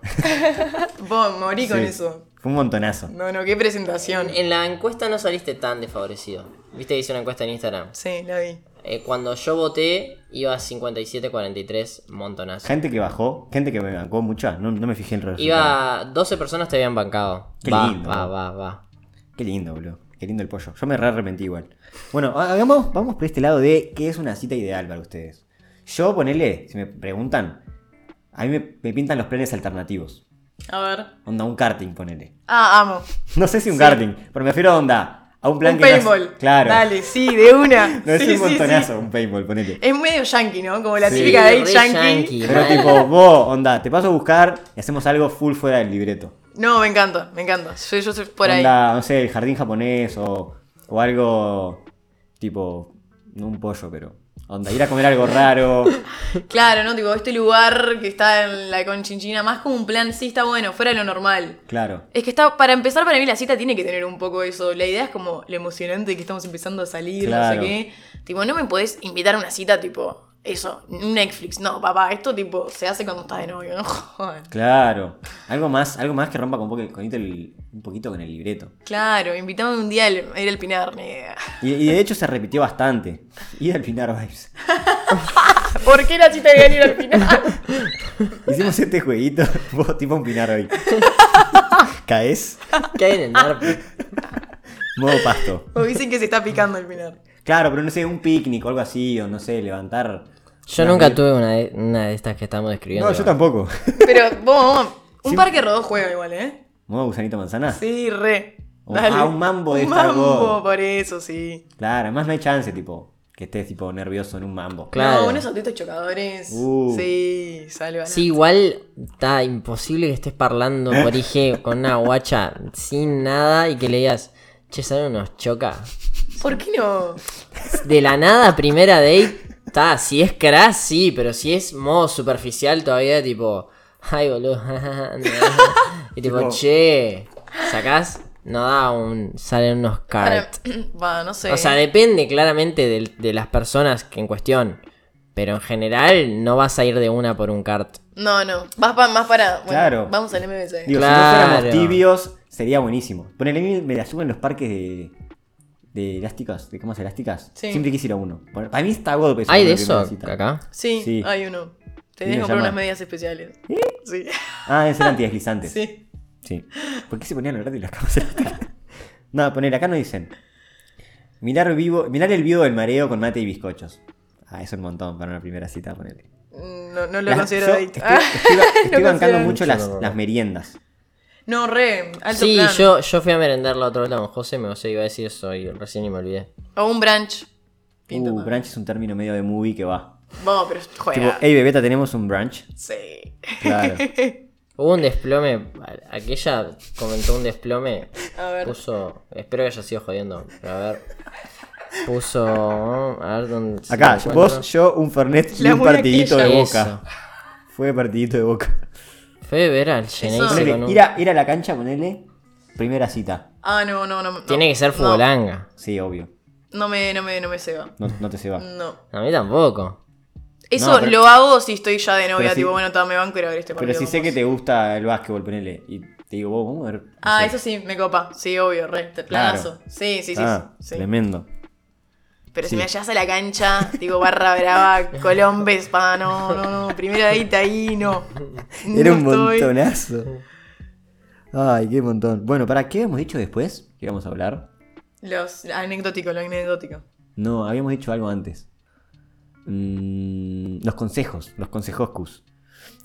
Speaker 3: vos morí con
Speaker 1: Sí.
Speaker 3: eso.
Speaker 1: Fue un montonazo.
Speaker 3: No, no, qué presentación.
Speaker 2: En la encuesta no saliste tan desfavorecido. Viste que hice una encuesta en Instagram.
Speaker 3: Sí, la vi.
Speaker 2: Eh, cuando yo voté, iba 57-43, montonazo.
Speaker 1: Gente que bajó, gente que me bancó mucho. No, no me fijé en redes
Speaker 2: Iba. 12 personas te habían bancado.
Speaker 1: Qué
Speaker 2: va,
Speaker 1: lindo.
Speaker 2: va, va, va.
Speaker 1: Qué lindo, boludo. Qué lindo el pollo. Yo me re arrepentí igual. Bueno, hagamos, vamos por este lado de qué es una cita ideal para ustedes. Yo, ponele, si me preguntan, a mí me, me pintan los planes alternativos.
Speaker 3: A ver.
Speaker 1: Onda, un karting, ponele.
Speaker 3: Ah, amo.
Speaker 1: No sé si un karting, pero me refiero a onda. A un plan
Speaker 3: Un
Speaker 1: que. no es-
Speaker 3: paintball.
Speaker 1: claro.
Speaker 3: Dale, sí, de una.
Speaker 1: No es
Speaker 3: Sí,
Speaker 1: un
Speaker 3: sí, sí.
Speaker 1: montonazo, un paintball, ponele.
Speaker 3: Es medio yankee, ¿no? Como la
Speaker 1: Sí.
Speaker 3: típica de
Speaker 2: Re
Speaker 3: yankee.
Speaker 2: yankee.
Speaker 1: Pero
Speaker 2: mal.
Speaker 1: tipo, vos, onda, te paso a buscar y hacemos algo full fuera del libreto.
Speaker 3: No, me encanta, me encanta. Yo, yo soy por ahí.
Speaker 1: Onda, no sé, el jardín japonés o, o algo tipo, no un pollo, pero onda, ir a comer algo raro.
Speaker 3: Claro, ¿no? Tipo, este lugar que está en la conchinchina, más como un plan, sí está bueno, fuera de lo normal.
Speaker 1: Claro.
Speaker 3: Es que está, para empezar, para mí la cita tiene que tener un poco eso. La idea es como lo emocionante que estamos empezando a salir,
Speaker 1: Claro.
Speaker 3: no sé qué. Tipo, no me podés invitar a una cita, tipo, eso, un Netflix. No, papá, esto, tipo, se hace cuando estás de novio, no jodan.
Speaker 1: Claro. Algo más, algo más que rompa con, un poco- con el- un poquito con el libreto.
Speaker 3: Claro, invítame un día al- a ir al Pinar, ni idea.
Speaker 1: Y, y de hecho se repitió bastante. Ir al Pinar Vibes.
Speaker 3: ¿Por qué la cita debería ir al Pinar?
Speaker 1: Hicimos este jueguito, vos tipo un Pinar hoy. Caes,
Speaker 2: ¿Qué hay en
Speaker 1: Ah,
Speaker 2: el mar?
Speaker 1: modo pasto.
Speaker 3: o dicen que se está picando el Pinar.
Speaker 1: Claro, pero no sé, un picnic o algo así, o no sé, levantar.
Speaker 2: Yo nunca tuve una de, una de estas que estamos describiendo.
Speaker 1: No, yo tampoco.
Speaker 3: Pero vos, un
Speaker 1: Sí.
Speaker 3: parque rodó juega igual, ¿eh?
Speaker 1: ¿Modo gusanito manzana?
Speaker 3: Sí, re.
Speaker 1: Un- ah, un mambo de
Speaker 3: Un
Speaker 1: Star
Speaker 3: mambo,
Speaker 1: Wars.
Speaker 3: por eso, sí.
Speaker 1: Claro, además no hay chance, tipo, que estés tipo nervioso en un mambo.
Speaker 2: Claro.
Speaker 3: No, unos autitos chocadores.
Speaker 1: Uh.
Speaker 3: Sí, salva.
Speaker 2: Sí, igual está imposible que estés parlando por IG con una guacha sin nada y que le digas, che, ¿saben unos choca?
Speaker 3: ¿Por qué no?
Speaker 2: De la nada, primera date, está, si es crash, sí, pero si es modo superficial todavía, tipo, ay, boludo, y tipo,
Speaker 1: Tipo-
Speaker 2: che, ¿sacás? No da un, salen unos
Speaker 3: Ahora,
Speaker 2: cards.
Speaker 3: Va, no sé.
Speaker 2: O sea, depende claramente del- de, las personas que en cuestión. Pero en general no vas a ir de una por un cart.
Speaker 3: No, no. Vas pa- más para. Bueno,
Speaker 1: Claro.
Speaker 3: Vamos al MBC.
Speaker 1: Digo, si no
Speaker 2: Claro.
Speaker 1: fuéramos tibios, sería buenísimo. Ponele, a mí me la suben los parques de, de elásticas, de camas elásticas.
Speaker 3: Sí.
Speaker 1: Siempre quise ir a uno. Bueno, Para mí está golpe.
Speaker 2: ¿Hay de eso acá?
Speaker 3: Sí,
Speaker 1: Sí.
Speaker 3: hay uno. Te
Speaker 1: Sí,
Speaker 3: dejo
Speaker 1: me
Speaker 3: comprar
Speaker 1: llama.
Speaker 3: unas medias especiales. Sí.
Speaker 1: Ah, es el antideslizante. sí.
Speaker 3: Sí.
Speaker 1: ¿Por qué se ponían a hablar de las camas elásticas? no, poner acá no dicen. Mirar, vivo, mirar el vivo del mareo con mate y bizcochos. Ah, es un montón para una primera cita, ponele.
Speaker 3: No, no lo
Speaker 1: Las-
Speaker 3: considero
Speaker 1: yo
Speaker 3: date.
Speaker 1: Estoy,
Speaker 3: Ah,
Speaker 1: estoy ba- estoy
Speaker 3: lo
Speaker 1: bancando
Speaker 3: considero.
Speaker 1: mucho las,
Speaker 2: No, no, no.
Speaker 1: las meriendas.
Speaker 3: No, re. Alto
Speaker 2: Sí,
Speaker 3: plan.
Speaker 2: yo, yo fui a merendar la otra vez con José, me José iba a decir eso y recién y me olvidé.
Speaker 3: O un brunch. Pinta
Speaker 1: Uh,
Speaker 3: mal.
Speaker 1: brunch es un término medio de movie que va.
Speaker 3: Vamos, pero
Speaker 1: Tipo, eh.
Speaker 3: juega.
Speaker 1: hey bebeta, tenemos un brunch.
Speaker 3: Sí.
Speaker 1: Claro.
Speaker 2: Hubo un desplome, aquella comentó un desplome,
Speaker 3: A ver.
Speaker 2: puso, espero que haya sido jodiendo, pero a ver, puso, a ver dónde... si
Speaker 1: Acá,
Speaker 2: lo encuentro.
Speaker 1: vos, yo, un Fernet y
Speaker 3: La
Speaker 1: un
Speaker 3: buena
Speaker 1: partidito de
Speaker 3: aquella.
Speaker 1: boca. Fue partidito de boca.
Speaker 2: Eso. Fue ver al Geneise
Speaker 1: Ponele,
Speaker 2: con un...
Speaker 1: ir, a, ir a la cancha, ponerle primera cita.
Speaker 3: Ah, no, no, no. no.
Speaker 2: Tiene que ser
Speaker 3: No.
Speaker 1: ¿eh?
Speaker 2: futbolanga.
Speaker 1: Sí, obvio.
Speaker 3: No me, no me, no me ceba.
Speaker 1: No, no te se va.
Speaker 3: No.
Speaker 2: A mí tampoco.
Speaker 3: Eso
Speaker 1: pero-
Speaker 3: lo hago si estoy ya de novia,
Speaker 1: pero si-
Speaker 3: tipo, bueno, ta, me banco a ir a ver este partido.
Speaker 1: Pero si
Speaker 3: con
Speaker 1: sé que
Speaker 3: vos.
Speaker 1: te gusta el básquetbol, ponele. Y te digo, vos, vamos a ver. no
Speaker 3: Ah,
Speaker 1: sé.
Speaker 3: eso sí, me copa. Sí, obvio, re, te- planazo. Sí, sí, sí.
Speaker 1: Ah,
Speaker 3: sí.
Speaker 1: Tremendo.
Speaker 3: Pero
Speaker 1: sí.
Speaker 3: si me hallas a la cancha, digo, barra brava, colombes, pa, no, no, no. Primera date ahí, no. No
Speaker 1: Era un ¿eh?
Speaker 3: estoy-
Speaker 1: montonazo. Ay, qué montón. Bueno, ¿para qué habíamos dicho después? ¿Qué íbamos a hablar?
Speaker 3: Los anecdótico, lo anecdótico.
Speaker 1: No, habíamos dicho algo antes. Mm, los consejos, los consejos cus.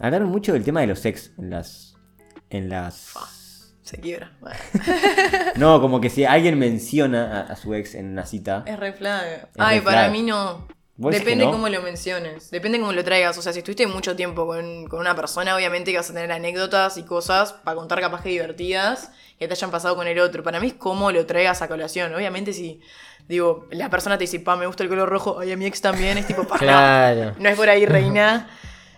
Speaker 1: Hablaron mucho del tema de los ex en las. En las.
Speaker 3: Se quiebra. Bueno,
Speaker 1: No, como que si alguien menciona a, a su ex en una cita.
Speaker 3: es re flag.
Speaker 1: Es
Speaker 3: Ay,
Speaker 1: red
Speaker 3: para
Speaker 1: flag.
Speaker 3: mí no.
Speaker 1: ¿Vos decís que
Speaker 3: Depende
Speaker 1: no?
Speaker 3: cómo lo menciones, depende cómo lo traigas. O sea, si estuviste mucho tiempo con, con una persona, obviamente que vas a tener anécdotas y cosas para contar capaz que divertidas que te hayan pasado con el otro. Para mí es cómo lo traigas a colación. Obviamente si, digo, la persona te dice, pa, me gusta el color rojo, ay, a mi ex también, es tipo, pa, no.
Speaker 2: Claro.
Speaker 3: no, es por ahí, reina.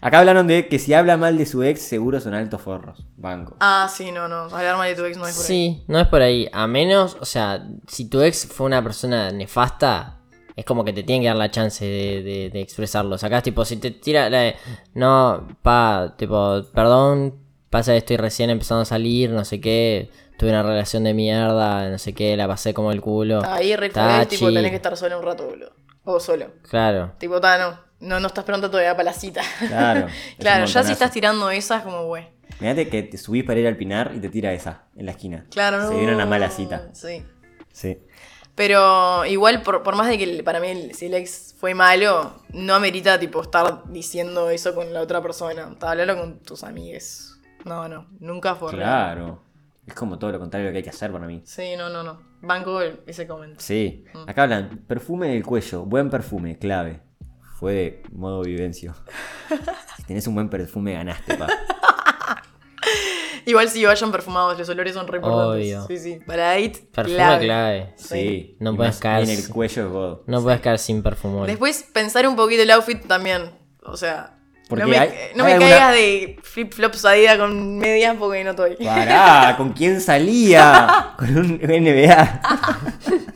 Speaker 1: Acá hablaron de que si habla mal de su ex, seguro son altos forros. Banco.
Speaker 3: Ah, sí, no, no, hablar mal de tu ex no es por ahí.
Speaker 2: Sí, no es por ahí. A menos, o sea, si tu ex fue una persona nefasta, es como que te tienen que dar la chance de, de- de expresarlo. Sacás, tipo, si te tira la de, no, pa, tipo, perdón, pasa que estoy recién empezando a salir, no sé qué, tuve una relación de mierda, no sé qué, la pasé como el culo.
Speaker 3: Ahí re
Speaker 2: Está
Speaker 3: flag, tipo,
Speaker 2: chill.
Speaker 3: tenés que estar solo un rato, boludo. O solo.
Speaker 2: Claro.
Speaker 3: Tipo, ta, no, no, no estás pronto todavía para la cita.
Speaker 1: Claro. es un
Speaker 3: claro, ya
Speaker 1: montonazo.
Speaker 3: si estás tirando esas, como, güey.
Speaker 1: Mirate que te subís para ir al pinar y te tira esa en la esquina.
Speaker 3: Claro, no.
Speaker 1: Se viene una mala cita.
Speaker 3: Sí.
Speaker 1: Sí.
Speaker 3: Pero igual, por, por más de que el- para mí el, si el ex fue malo, no amerita tipo estar diciendo eso con la otra persona. Ta, Hablarlo con tus amigues. No, no, nunca fue
Speaker 1: Claro. Es como todo lo contrario que hay que hacer para mí.
Speaker 3: Sí, no, no, no. Banco el- ese comentario.
Speaker 1: Sí. Acá hablan, perfume del cuello, buen perfume, clave. Fue de modo vivencio. Si tenés un buen perfume, ganaste, pa.
Speaker 3: Igual si vayan perfumados, los olores son re importantes.
Speaker 2: Obvio.
Speaker 3: Sí, sí. Para Date,
Speaker 2: Perfume
Speaker 3: clave.
Speaker 2: clave.
Speaker 1: Sí.
Speaker 2: No
Speaker 1: y
Speaker 2: puedes
Speaker 1: más
Speaker 2: caer.
Speaker 1: En el cuello es God.
Speaker 2: No puedes quedar sin perfume. hoy.
Speaker 3: Después pensar un poquito el outfit también. O sea,
Speaker 1: Porque
Speaker 3: no me,
Speaker 1: hay-
Speaker 3: no
Speaker 1: hay
Speaker 3: me
Speaker 1: alguna-
Speaker 3: caigas de flip-flops Adidas con medias porque no estoy.
Speaker 1: Pará, ¿con quién salía? Con un NBA.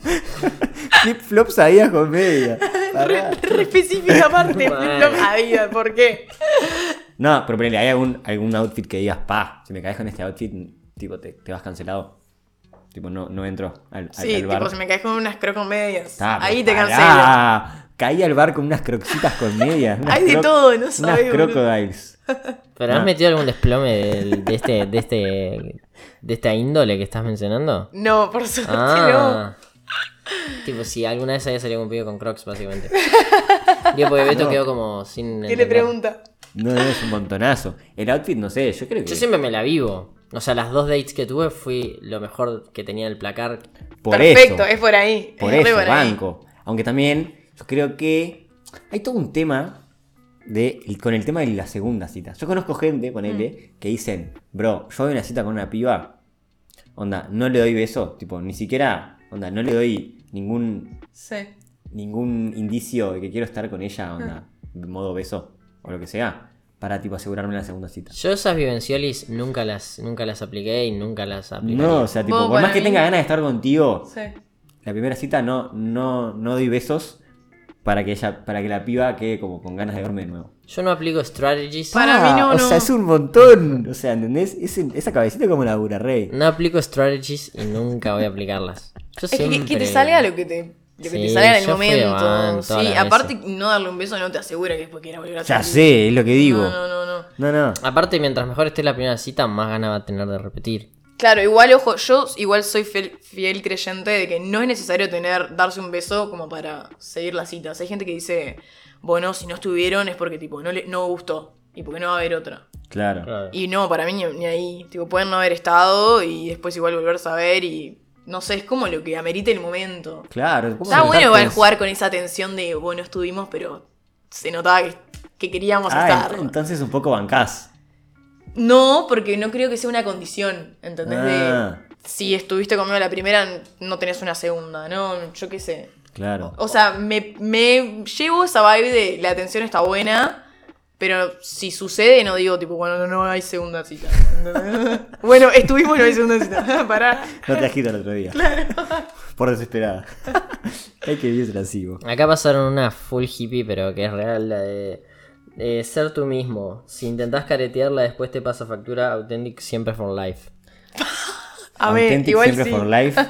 Speaker 1: Flip flops ahí con media. Pará.
Speaker 3: Re específica aparte,
Speaker 2: Mal.
Speaker 3: flip-flop Adidas, ¿por qué?
Speaker 1: No, pero ponele, ¿hay algún, algún outfit que digas, pa, si me caes con este outfit, tipo, te, te vas cancelado? Tipo, no, no entro al, al,
Speaker 3: Sí,
Speaker 1: al bar.
Speaker 3: tipo, si me caes con unas crocs con medias,
Speaker 1: Tá, pero
Speaker 3: ahí te
Speaker 1: pará.
Speaker 3: cancelo.
Speaker 1: Caí al bar con unas croxitas con medias. unas
Speaker 3: Hay de
Speaker 1: croc-
Speaker 3: todo, no
Speaker 1: Unas
Speaker 3: sabés, boludo.
Speaker 1: crocodiles.
Speaker 2: ¿Pero has metido algún desplome del- de, este, de este. de esta índole que estás mencionando?
Speaker 3: No, por suerte no.
Speaker 2: Ah. Tipo, si alguna vez había salido un pibe con Crocs, básicamente. Digo, porque Beto quedó como sin.
Speaker 3: ¿Qué le
Speaker 2: entender.
Speaker 3: pregunta?
Speaker 1: No, no, es un montonazo. El outfit, no sé, yo creo que.
Speaker 2: Yo siempre me la vivo. O sea, las dos dates que tuve fui lo mejor que tenía en el placar.
Speaker 1: por
Speaker 3: Perfecto,
Speaker 1: eso.
Speaker 3: es por ahí.
Speaker 1: Por
Speaker 3: es re
Speaker 1: eso,
Speaker 3: por ahí.
Speaker 1: banco. Aunque también, yo creo que hay todo un tema de, con el tema de la segunda cita. Yo conozco gente,
Speaker 3: Mm.
Speaker 1: ponele, que dicen, bro, yo doy una cita con una piba, onda, no le doy beso, tipo, ni siquiera, onda, no le doy ningún,
Speaker 3: Sí.
Speaker 1: ningún indicio de que quiero estar con ella,
Speaker 3: Hmm.
Speaker 1: onda, modo beso, o lo que sea, para, tipo, asegurarme la segunda cita.
Speaker 2: Yo esas vivencialis nunca las, nunca las apliqué y nunca las apliqué.
Speaker 1: No, o sea, tipo,
Speaker 3: Vos,
Speaker 1: por más
Speaker 3: para
Speaker 1: que
Speaker 3: mí-
Speaker 1: tenga ganas de estar contigo,
Speaker 3: Sí.
Speaker 1: la primera cita no, no, no doy besos para que ella, para que la piba quede como con ganas de verme de nuevo.
Speaker 2: Yo no aplico strategies.
Speaker 3: Pa- Para mí no,
Speaker 1: Ah, O
Speaker 3: no.
Speaker 1: sea, es un montón. O sea, ¿entendés? Es en- esa cabecita como la rey.
Speaker 2: No aplico strategies y nunca voy a aplicarlas. Yo
Speaker 3: Es que- que,
Speaker 2: siempre-
Speaker 3: te salga lo que te, lo que te
Speaker 2: Sí,
Speaker 3: salga en el
Speaker 2: yo fui de van
Speaker 3: momento.
Speaker 2: todas
Speaker 3: Sí,
Speaker 2: las
Speaker 3: aparte no darle un beso no te asegura que después quiera volver a
Speaker 1: Ya
Speaker 3: salir.
Speaker 1: sé, es lo que digo.
Speaker 3: No, no, no, no.
Speaker 1: No, no.
Speaker 2: Aparte, mientras mejor esté la primera cita, más ganas va a tener de repetir.
Speaker 3: Claro, igual, ojo, yo igual soy fiel, fiel creyente de que no es necesario tener, darse un beso como para seguir las citas. Hay gente que dice, bueno, si no estuvieron es porque tipo no le, no gustó y porque no va a haber otra.
Speaker 1: Claro.
Speaker 2: Y-
Speaker 3: Y no, para mí ni, ni ahí. Tipo, pueden no haber estado y después igual volver a saber y no sé, es como lo que amerita el momento.
Speaker 1: Claro. ¿cómo
Speaker 3: Está bueno
Speaker 1: sentarte?
Speaker 3: igual jugar con esa tensión de, bueno, estuvimos, pero se notaba que, que queríamos
Speaker 1: Ah,
Speaker 3: estar.
Speaker 1: ent- entonces un poco bancás.
Speaker 3: No, porque no creo que sea una condición, ¿entendés?
Speaker 1: Ah.
Speaker 3: De si estuviste conmigo la primera, no tenés una segunda, ¿no? Yo qué sé.
Speaker 1: Claro.
Speaker 3: O sea, me, me llevo esa vibe de la atención está buena, pero si sucede no digo tipo, bueno, no, no hay segunda cita. ¿entendés? bueno, estuvimos, no hay segunda cita. Pará.
Speaker 1: No te agito el otro día. Por desesperada. Hay que yo se la sigo.
Speaker 2: Acá pasaron una full hippie, pero que es real, la de, de ser tú mismo. Si intentás caretearla, después te pasa factura. Authentic siempre for life.
Speaker 3: A ver,
Speaker 1: Authentic
Speaker 3: igual
Speaker 1: siempre
Speaker 3: sí.
Speaker 1: for life.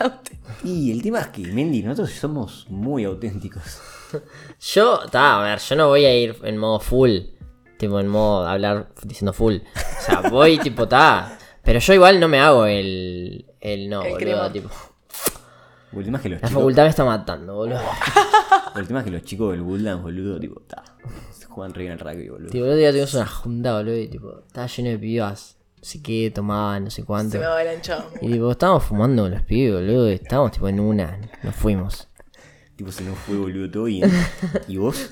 Speaker 1: y el tema es que, Mendy, nosotros somos muy auténticos.
Speaker 2: Yo, ta, a ver, yo no voy a ir en modo full. Tipo, en modo hablar diciendo full. O sea, voy tipo, ta. Pero yo igual no me hago el. El no,
Speaker 3: El
Speaker 2: boludo.
Speaker 3: crema.
Speaker 2: Tipo,
Speaker 1: El tema es que los
Speaker 2: la
Speaker 1: chicos.
Speaker 2: facultad me está matando, boludo.
Speaker 1: El tema es que los chicos del Woodlands, boludo, tipo, ta. se Juegan re bien al rugby, boludo.
Speaker 2: Tipo, el otro día tuvimos una junta, boludo, y tipo, estaba lleno de pibas. No sé qué, tomaban, no sé
Speaker 3: Se
Speaker 2: cuánto.
Speaker 3: me avalanchó.
Speaker 2: Y tipo, estábamos fumando con los pibes, boludo. y Estábamos tipo en una, nos fuimos.
Speaker 1: Tipo, se nos fue, boludo, todo bien. ¿Y vos?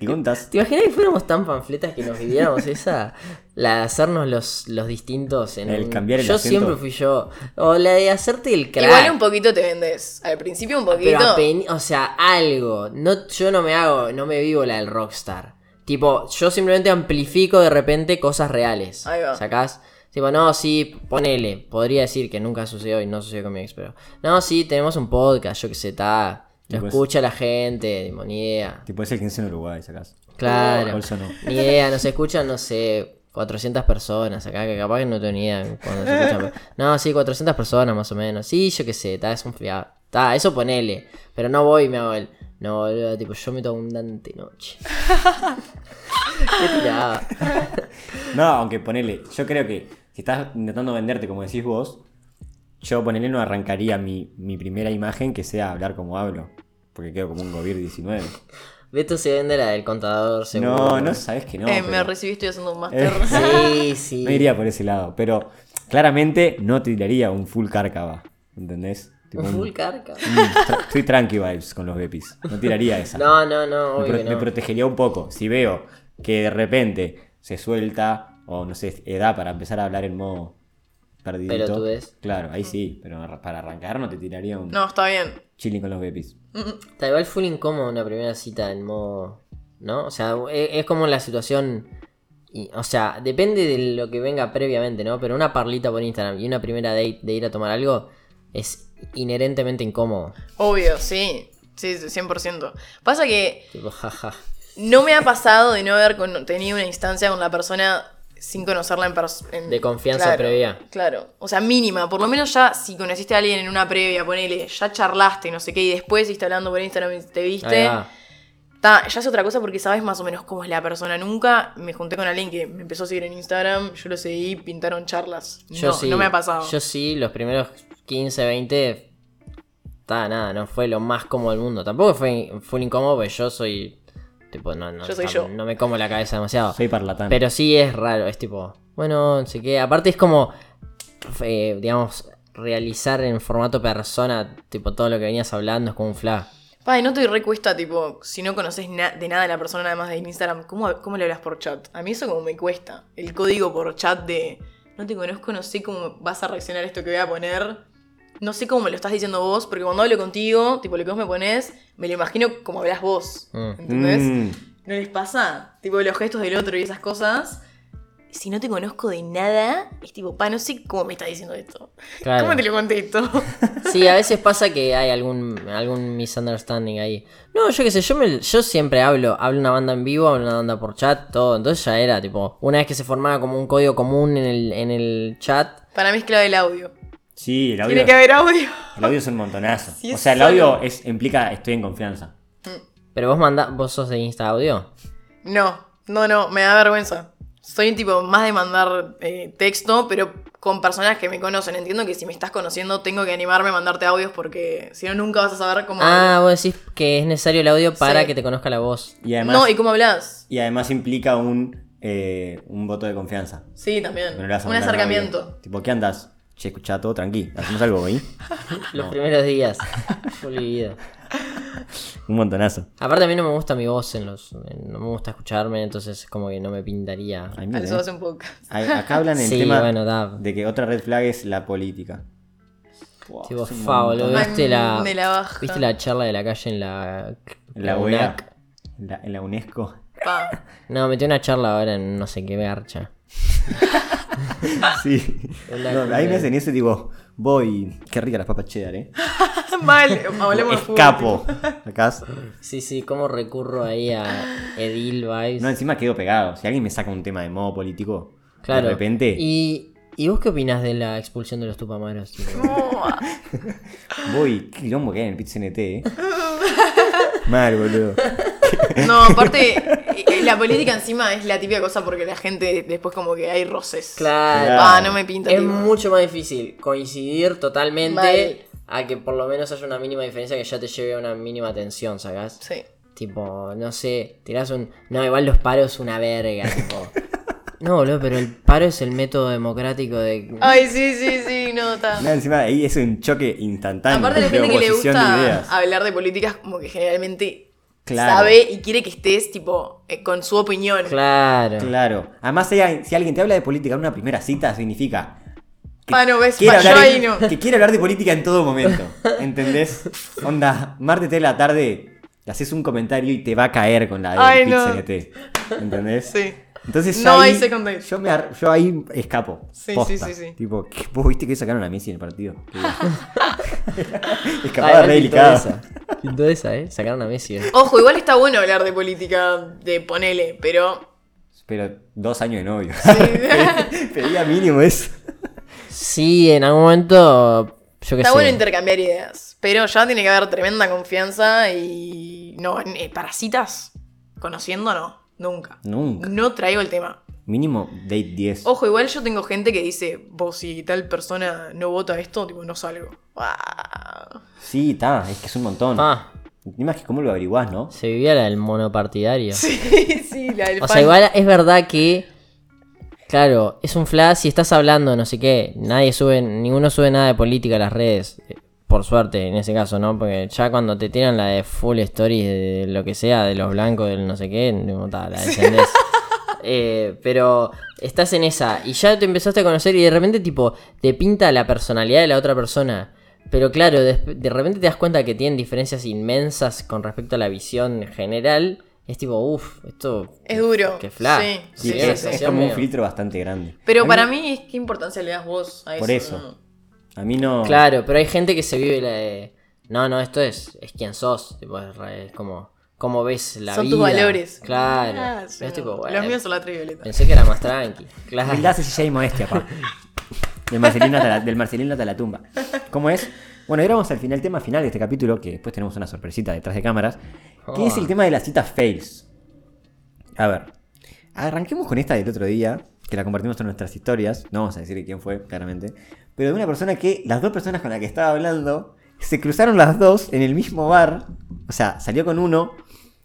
Speaker 1: ¿Qué contás?
Speaker 2: ¿Te imaginas que fuéramos tan panfletas que nos viviéramos esa? La de hacernos los, los distintos en
Speaker 1: El
Speaker 2: un-
Speaker 1: cambiar el
Speaker 2: Yo
Speaker 1: acento.
Speaker 2: siempre fui yo. O la de hacerte el crack.
Speaker 3: Igual un poquito te vendes. Al principio
Speaker 1: Ah,
Speaker 3: un poquito. eh,
Speaker 2: Pero apen- o sea, algo. No, yo no me hago, no me vivo la del rockstar. Tipo, yo simplemente amplifico de repente cosas reales.
Speaker 3: Ahí va.
Speaker 2: ¿Sacás? Tipo, no, sí, ponele. Podría decir que nunca sucedió y no sucedió con mi ex, pero. No, sí, tenemos un podcast, yo que sé, ta. Lo
Speaker 1: Y pues-
Speaker 2: escucha la gente, tipo, ni idea.
Speaker 1: Tipo, es el 15 en Uruguay, sacás.
Speaker 2: Claro.
Speaker 1: Bolso no.
Speaker 2: Ni idea, nos escuchan, no sé, 400 personas acá, que capaz que no tenía cuando se escuchan. pero- No, sí, 400 personas más o menos. Sí, yo qué sé, ta, es un fiado. Ta, eso ponele. Pero no voy y me hago el. No, boludo, tipo, yo meto abundante noche. Qué tirada.
Speaker 1: No, aunque ponele, yo creo que si estás intentando venderte como decís vos, yo ponele no arrancaría mi, mi primera imagen que sea hablar como hablo. Porque quedo como un gobir 19.
Speaker 2: Beto se vende la del contador, seguro.
Speaker 1: No, no sabes que no.
Speaker 3: Eh, Me
Speaker 1: pero- Eh,
Speaker 3: recibí, estoy haciendo un máster.
Speaker 2: Sí, sí.
Speaker 1: No iría por ese lado, pero claramente no tiraría un full cárcava. ¿Entendés? Tipo,
Speaker 2: Un
Speaker 1: un-
Speaker 2: full carca.
Speaker 1: un tra- Estoy tranqui vibes con los bepis. No tiraría esa.
Speaker 2: No, no,
Speaker 1: me,
Speaker 2: no, obvio
Speaker 1: pro-
Speaker 2: que
Speaker 1: me
Speaker 2: no.
Speaker 1: protegería un poco. Si veo que de repente se suelta o no sé, edad para empezar a hablar en modo perdidito.
Speaker 2: Pelotudez.
Speaker 1: Claro, ahí sí, pero arra- para arrancar no te tiraría un
Speaker 3: No, está bien.
Speaker 1: chilling con los bebés.
Speaker 2: Está igual full incómodo una primera cita en modo. ¿No? O sea, e- es como la situación. y- o sea, depende de lo que venga previamente, ¿no? Pero una parlita por Instagram y una primera date de ir a tomar algo es inherentemente incómodo.
Speaker 3: Obvio, sí. Sí, sí, 100%. Pasa que
Speaker 2: Tipo, jaja.
Speaker 3: no me ha pasado de no haber con- tenido una instancia con la persona sin conocerla en persona.
Speaker 2: De confianza previa.
Speaker 3: Claro. O sea, mínima. Por lo menos ya si conociste a alguien en una previa, ponele, ya charlaste, y no sé qué, y después está hablando por Instagram y te
Speaker 2: Ahí
Speaker 3: viste.
Speaker 2: va.
Speaker 3: Ta, ya es otra cosa porque sabes más o menos cómo es la persona. Nunca me junté con alguien que me empezó a seguir en Instagram, yo lo seguí, pintaron charlas.
Speaker 2: Yo
Speaker 3: no,
Speaker 2: sí.
Speaker 3: no me ha pasado.
Speaker 2: Yo sí, los primeros 15, 20. Está nada, no fue lo más cómodo del mundo. Tampoco fue full incómodo, porque yo soy. Tipo, no, no,
Speaker 3: Yo soy
Speaker 2: tam-
Speaker 3: yo.
Speaker 2: no me como la cabeza demasiado.
Speaker 1: Soy parlatán.
Speaker 2: Pero sí es raro, es tipo, bueno, no sé qué. Aparte es como, eh, digamos, realizar en formato persona, tipo todo lo que venías hablando es como un flash.
Speaker 3: Pa, y no te recuesta, tipo, si no conoces na- de nada a la persona nada más de Instagram, ¿cómo, ¿cómo le hablas por chat? A mí eso como me cuesta. El código por chat de no te conozco, no sé cómo vas a reaccionar a esto que voy a poner. No sé cómo me lo estás diciendo vos, porque cuando hablo contigo, tipo lo que vos me pones, me lo imagino como hablas vos.
Speaker 2: Mm.
Speaker 3: ¿Entendés?
Speaker 1: Mm.
Speaker 3: ¿No les pasa? Tipo, los gestos del otro y esas cosas. Si no te conozco de nada, es tipo, pa, no sé cómo me estás diciendo esto.
Speaker 2: Claro.
Speaker 3: ¿Cómo te lo contesto?
Speaker 2: Sí, a veces pasa que hay algún, algún misunderstanding ahí. No, yo qué sé, yo, me, yo siempre hablo, hablo una banda en vivo, hablo una banda por chat, todo. Entonces ya era, tipo, una vez que se formaba como un código común en el, en el chat,
Speaker 3: Para mí es clave el audio.
Speaker 1: Sí, el audio,
Speaker 3: Tiene que haber audio.
Speaker 1: el audio es un montonazo.
Speaker 3: Sí,
Speaker 1: o sea, el
Speaker 3: es
Speaker 1: audio es, implica estoy en confianza.
Speaker 2: pero vos manda, vos sos de Insta Audio.
Speaker 3: No, no, no, me da vergüenza. Soy tipo más de mandar eh, texto, pero con personas que me conocen. Entiendo que si me estás conociendo, tengo que animarme a mandarte audios porque si no, nunca vas a saber cómo.
Speaker 2: Ah, vos decís que es necesario el audio para
Speaker 3: Sí.
Speaker 2: que te conozca la voz.
Speaker 1: Y además,
Speaker 3: no, y cómo hablas.
Speaker 1: y además implica un, eh, un voto de confianza.
Speaker 3: Sí,
Speaker 1: Que
Speaker 3: también.
Speaker 1: no le vas a
Speaker 3: Un
Speaker 1: mandar un audio.
Speaker 3: acercamiento.
Speaker 1: Tipo, ¿qué andas? Che, escuchá todo tranqui. Hacemos algo ahí.
Speaker 2: Los primeros días. Full vivido.
Speaker 1: Un montonazo.
Speaker 2: Aparte a mí no me gusta mi voz en los. en- no me gusta escucharme, entonces es como que no me pintaría.
Speaker 1: Ay,
Speaker 3: A
Speaker 1: mira,
Speaker 3: eso
Speaker 1: eh.
Speaker 3: hace un poco.
Speaker 1: Ay, Acá hablan el
Speaker 2: Sí,
Speaker 1: tema
Speaker 2: bueno, da.
Speaker 1: de que otra red flag es la política. Buah,
Speaker 2: Tipo,
Speaker 1: es un
Speaker 2: fa,
Speaker 1: montón.
Speaker 2: boludo,
Speaker 3: montón.
Speaker 2: ¿Viste la,
Speaker 3: Me la baja.
Speaker 2: ¿Viste la charla de la calle en la.
Speaker 1: En la UEA.
Speaker 2: UNAC?
Speaker 1: En la, en la UNESCO.
Speaker 3: Pa.
Speaker 2: No, metí una charla ahora en no sé qué garcha.
Speaker 1: Sí.
Speaker 2: La
Speaker 1: No, ahí me
Speaker 2: UEA.
Speaker 1: hacen ese tipo, voy. Qué rica las papas cheddar, eh.
Speaker 3: Mal, hablemos de fútbol.
Speaker 1: Escapo. Acá.
Speaker 2: Sí, sí, ¿cómo recurro ahí a Edil Vibes?
Speaker 1: No, encima quedo pegado. Si alguien me saca un tema de modo político,
Speaker 2: claro.
Speaker 1: de repente,
Speaker 2: ¿Y, ¿Y vos qué opinás de la expulsión de los tupamaros? tipo?
Speaker 1: voy. Qué quilombo que hay en el pit CNT, eh. Mal, boludo.
Speaker 3: No, aparte, eh, eh, la política encima es la típica cosa porque la gente después como que hay roces.
Speaker 2: Claro.
Speaker 3: Ah, no me pinta.
Speaker 2: Es
Speaker 3: tipo.
Speaker 2: mucho más difícil coincidir totalmente
Speaker 3: Mal.
Speaker 2: a que por lo menos haya una mínima diferencia que ya te lleve a una mínima tensión, ¿sacás?
Speaker 3: Sí.
Speaker 2: Tipo, no sé, tirás un... No, igual los paros una verga, tipo. No, boludo, pero el paro es el método democrático de...
Speaker 3: Ay, sí, sí, sí, no, está.
Speaker 1: No, encima ahí es un choque instantáneo.
Speaker 3: Aparte, la
Speaker 1: de
Speaker 3: gente que le
Speaker 1: oposición de
Speaker 3: gusta
Speaker 1: ideas.
Speaker 3: hablar de políticas como que generalmente
Speaker 1: Claro.
Speaker 3: sabe y quiere que estés, tipo, eh, con su opinión.
Speaker 2: Claro.
Speaker 1: Claro. Además, si, hay- si alguien te habla de política en una primera cita, significa.
Speaker 3: Ah, no, ves,
Speaker 1: quiere
Speaker 3: falló
Speaker 1: hablar
Speaker 3: ahí, no.
Speaker 1: que quiere hablar de política en todo momento. ¿Entendés? Onda, martes 3 de la tarde, le haces un comentario y te va a caer con la del
Speaker 3: Ay,
Speaker 1: Pit
Speaker 3: no.
Speaker 1: CNT, ¿Entendés?
Speaker 3: Sí.
Speaker 1: Entonces
Speaker 3: No
Speaker 1: ahí,
Speaker 3: hay second date.
Speaker 1: Yo, me ar- yo ahí escapo.
Speaker 3: Sí, sí,
Speaker 1: posta.
Speaker 3: sí, sí.
Speaker 1: Tipo, ¿qué- vos viste que sacaron a Messi en el partido.
Speaker 2: Ah,
Speaker 1: Escapada re
Speaker 2: igual pintó
Speaker 1: delicada.
Speaker 2: esa. Pintó esa, ¿eh? Sacaron a Messi. eh.
Speaker 3: Ojo, igual está bueno hablar de política de ponele, pero.
Speaker 1: Pero dos años de novio.
Speaker 3: Sí.
Speaker 1: Pedía mínimo eso.
Speaker 2: Sí, en algún momento... Yo qué
Speaker 3: Está
Speaker 2: sé.
Speaker 3: bueno intercambiar ideas, pero ya tiene que haber tremenda confianza y no, eh, para citas, conociendo no, nunca.
Speaker 1: Nunca.
Speaker 3: No traigo el tema.
Speaker 1: Mínimo date 10.
Speaker 3: Ojo, igual yo tengo gente que dice, vos si tal persona no vota esto, tipo, no salgo. Ah.
Speaker 1: Sí, está, es que es un montón.
Speaker 2: Ah,
Speaker 1: Encima es que cómo lo averiguás, ¿no?
Speaker 2: se vivía la del monopartidario.
Speaker 3: Sí, sí, la del
Speaker 2: O
Speaker 3: fan.
Speaker 2: sea, igual es verdad que. Claro, es un flash si estás hablando, no sé qué. Nadie sube, ninguno sube nada de política a las redes. eh, Por suerte, en ese caso, ¿no? Porque ya cuando te tiran la de full stories de lo que sea, de los blancos, del no sé qué, no, ta, la descendés. Eh, pero estás en esa y ya te empezaste a conocer y de repente tipo te pinta la personalidad de la otra persona. Pero claro, des- de, repente te das cuenta que tienen diferencias inmensas con respecto a la visión general. Es tipo, uff, esto...
Speaker 3: Es duro.
Speaker 2: Qué flash.
Speaker 3: Sí,
Speaker 1: Sí,
Speaker 3: sí,
Speaker 1: es,
Speaker 3: sí,
Speaker 1: es
Speaker 3: sí,
Speaker 1: como un
Speaker 2: medio.
Speaker 1: filtro bastante grande.
Speaker 3: Pero
Speaker 1: A mí-
Speaker 3: para mí, es ¿qué importancia le das vos a eso?
Speaker 1: Por eso.
Speaker 3: ¿no?
Speaker 1: A mí no.
Speaker 2: Claro, pero hay gente que se vive la de... No, no, esto es, es quien sos. Tipo, es, re- es como... Cómo ves la
Speaker 3: Son
Speaker 2: vida.
Speaker 3: tus valores.
Speaker 2: Claro.
Speaker 3: Ah, sí,
Speaker 2: Es tipo,
Speaker 3: no.
Speaker 2: bueno,
Speaker 3: Los míos son la trivioleta.
Speaker 2: Pensé que era más tranqui. Claro.
Speaker 1: Humildad, sencillez y modestia, pa. Del Marcelino, hasta la, del Marcelino hasta la tumba. ¿Cómo es? Bueno, llegamos al final, tema final de este capítulo, que después tenemos una sorpresita detrás de cámaras, que es el tema de las citas fails. A ver, arranquemos con esta del otro día, que la compartimos en nuestras historias, no vamos a decir quién fue, claramente, pero de una persona que, las dos personas con las que estaba hablando, se cruzaron las dos en el mismo bar, o sea, salió con uno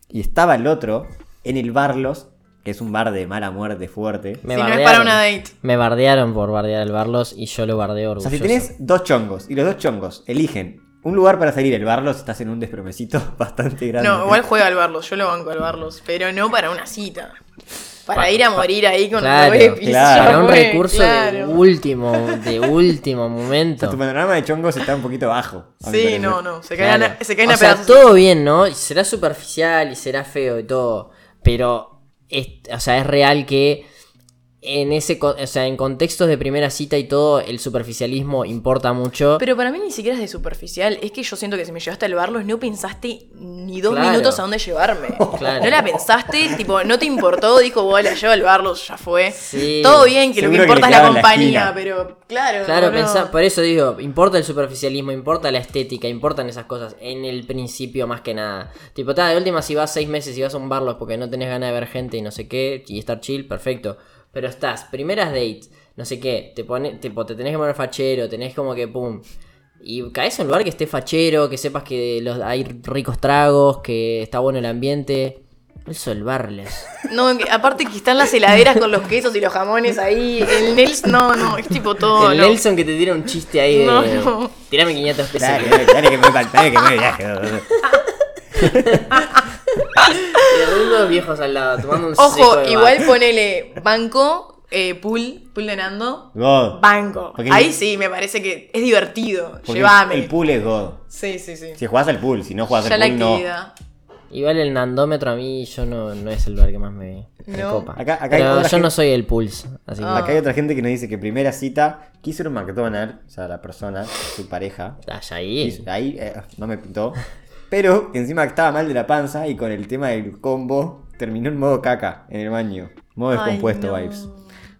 Speaker 1: y estaba el otro en el Barlos, que es un bar de mala muerte fuerte.
Speaker 2: Me
Speaker 3: si no es
Speaker 2: bardearon.
Speaker 3: para una date.
Speaker 2: Me bardearon por bardear al Barlos y yo lo bardeo
Speaker 1: O
Speaker 2: orgulloso.
Speaker 1: sea, si tenés dos chongos y los dos chongos eligen un lugar para salir, el Barlos, estás en un despromecito bastante grande.
Speaker 3: No, igual juega al Barlos, yo lo banco al Barlos, pero no para una cita. Para ir a morir ahí con
Speaker 2: Claro,
Speaker 3: el bebé,
Speaker 1: claro.
Speaker 3: ya
Speaker 2: Para un
Speaker 3: fue,
Speaker 2: recurso de
Speaker 3: claro.
Speaker 2: último, de último
Speaker 1: O sea,
Speaker 2: momento.
Speaker 1: tu panorama de chongos está un poquito bajo. a mi
Speaker 3: Sí,
Speaker 1: parecer.
Speaker 3: no, no, se caen,
Speaker 2: Claro.
Speaker 3: a, se caen
Speaker 2: o
Speaker 3: a
Speaker 2: sea,
Speaker 3: pedazos.
Speaker 2: todo bien, ¿no? Y será superficial y será feo y todo. Pero, es, o sea, es real que en ese, co- o sea, en contextos de primera cita y todo, el superficialismo importa mucho.
Speaker 3: Pero para mí ni siquiera es de superficial, es que yo siento que si me llevaste al Barlos no pensaste ni dos
Speaker 2: Claro.
Speaker 3: minutos a dónde llevarme.
Speaker 2: Claro.
Speaker 3: No la pensaste, tipo, no te importó, dijo, vos la llevo al Barlos, ya fue.
Speaker 2: Sí.
Speaker 3: Todo bien, que lo
Speaker 1: Seguro
Speaker 3: que
Speaker 1: que le
Speaker 3: importa es la
Speaker 1: quedaba en la
Speaker 3: compañía,
Speaker 1: esquina.
Speaker 3: pero claro.
Speaker 2: Claro,
Speaker 3: no.
Speaker 2: pensá- por eso digo, importa el superficialismo, importa la estética, importan esas cosas en el principio más que nada. Tipo, ta, de última, si vas seis meses y vas a un barlos porque no tenés ganas de ver gente y no sé qué, y estar chill, perfecto. Pero estás, primeras dates, no sé qué, te, pone, tipo, te tenés que poner fachero, tenés como que pum. Y caes en un lugar que esté fachero, que sepas que los, hay ricos tragos, que está bueno el ambiente. Eso el barles.
Speaker 3: No, que- aparte que están las heladeras con los quesos y los jamones ahí. El Nels, no, no, es tipo todo.
Speaker 2: el
Speaker 3: no.
Speaker 2: Nelson que te tira un chiste ahí de.
Speaker 3: No, no.
Speaker 2: Tirame 500 pesos.
Speaker 1: Dale, dale, dale que me, dale que me viaje.
Speaker 2: Y los dos viejos al lado, tomando un seco
Speaker 3: Ojo,
Speaker 2: de
Speaker 3: igual
Speaker 2: bar.
Speaker 3: ponele banco, eh, pool, pool de Nando.
Speaker 1: God.
Speaker 3: Banco.
Speaker 1: Porque-
Speaker 3: Ahí sí, me parece que es divertido.
Speaker 1: Porque
Speaker 3: Llévame.
Speaker 1: El pool es God.
Speaker 3: Sí, sí, sí.
Speaker 1: Si jugás al pool, si no jugás
Speaker 3: ya
Speaker 1: al
Speaker 3: la
Speaker 1: pool, no.
Speaker 3: actividad.
Speaker 2: Igual el nandómetro a mí yo no, no es el lugar que más me, me
Speaker 3: No. Ah.
Speaker 2: copa.
Speaker 1: Acá- acá hay
Speaker 2: Pero yo
Speaker 1: otra gente-
Speaker 2: no soy el pulse, así que
Speaker 1: Acá hay otra gente que nos dice que primera cita quiso ir a un McDonald's, o sea, la persona, su pareja.
Speaker 2: allá ahí.
Speaker 1: quiso- ahí eh, no me pintó. Pero encima estaba mal de la panza y con el tema del combo terminó en modo caca en el baño. Modo
Speaker 3: Ay,
Speaker 1: descompuesto,
Speaker 3: no.
Speaker 1: vibes.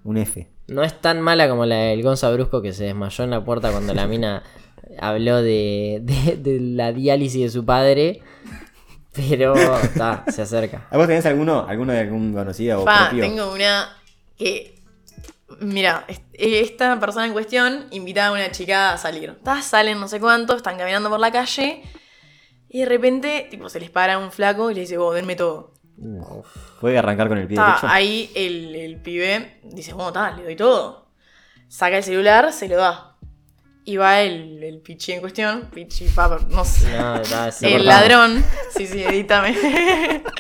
Speaker 1: Un F.
Speaker 2: No es tan mala como la del Gonza Brusco que se desmayó en la puerta cuando la mina habló de, de- de la diálisis de su padre. Pero ta, se acerca.
Speaker 1: ¿A vos tenés alguno, alguno de algún conocido o
Speaker 3: Fa,
Speaker 1: propio?
Speaker 3: tengo una que. Mira, est- esta persona en cuestión invita a una chica a salir. Ta, Salen no sé cuánto, están caminando por la calle. Y de repente, tipo, se les para un flaco y le dice, vos, denme todo.
Speaker 1: Puede arrancar con el pie
Speaker 3: Ta,
Speaker 1: derecho.
Speaker 3: ahí el, el pibe dice, bueno, está, le doy todo. Saca el celular, se lo da. Y va el, el pichi en cuestión, pichi, papa, no sé.
Speaker 2: No, ta, sí,
Speaker 1: Lo
Speaker 2: cortamos.
Speaker 3: el ladrón, sí, sí, edítame.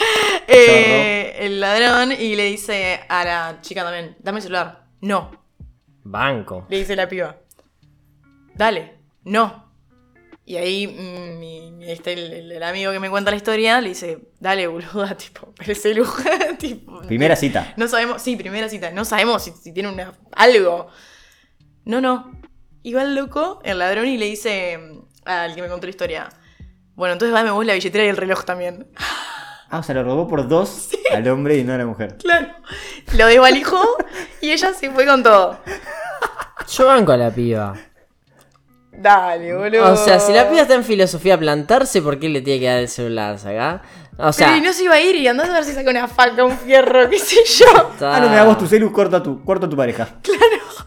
Speaker 3: Eh, el ladrón y le dice a la chica también, dame el celular. No,
Speaker 2: Banco.
Speaker 3: le dice la piba. Dale, no. Y ahí mm, mi- mi- este, el, el- el amigo que me cuenta la historia le dice, dale, boluda, tipo, el celu, tipo.
Speaker 1: Primera cita.
Speaker 3: No sabemos, sí, primera cita, no sabemos si, si tiene una, algo. No, no. Y va el loco, el ladrón, y le dice mm, al que me contó la historia. Bueno, entonces dame vos la billetera y el reloj también.
Speaker 1: Ah, o sea, lo robó por dos al hombre y no a la mujer.
Speaker 3: Claro. Lo desvalijó y ella se fue con todo.
Speaker 2: Yo banco a la piba.
Speaker 3: Dale, boludo.
Speaker 2: O sea, si la piba está en filosofía plantarse, ¿por qué le tiene que dar el celular? ¿Sacá? O sea,
Speaker 3: Pero y no se iba a ir y andás a ver si saca una faca, un fierro, qué sé yo.
Speaker 2: ta-
Speaker 1: Ah, no me hagas tu celu, corto a tu, corto a tu pareja.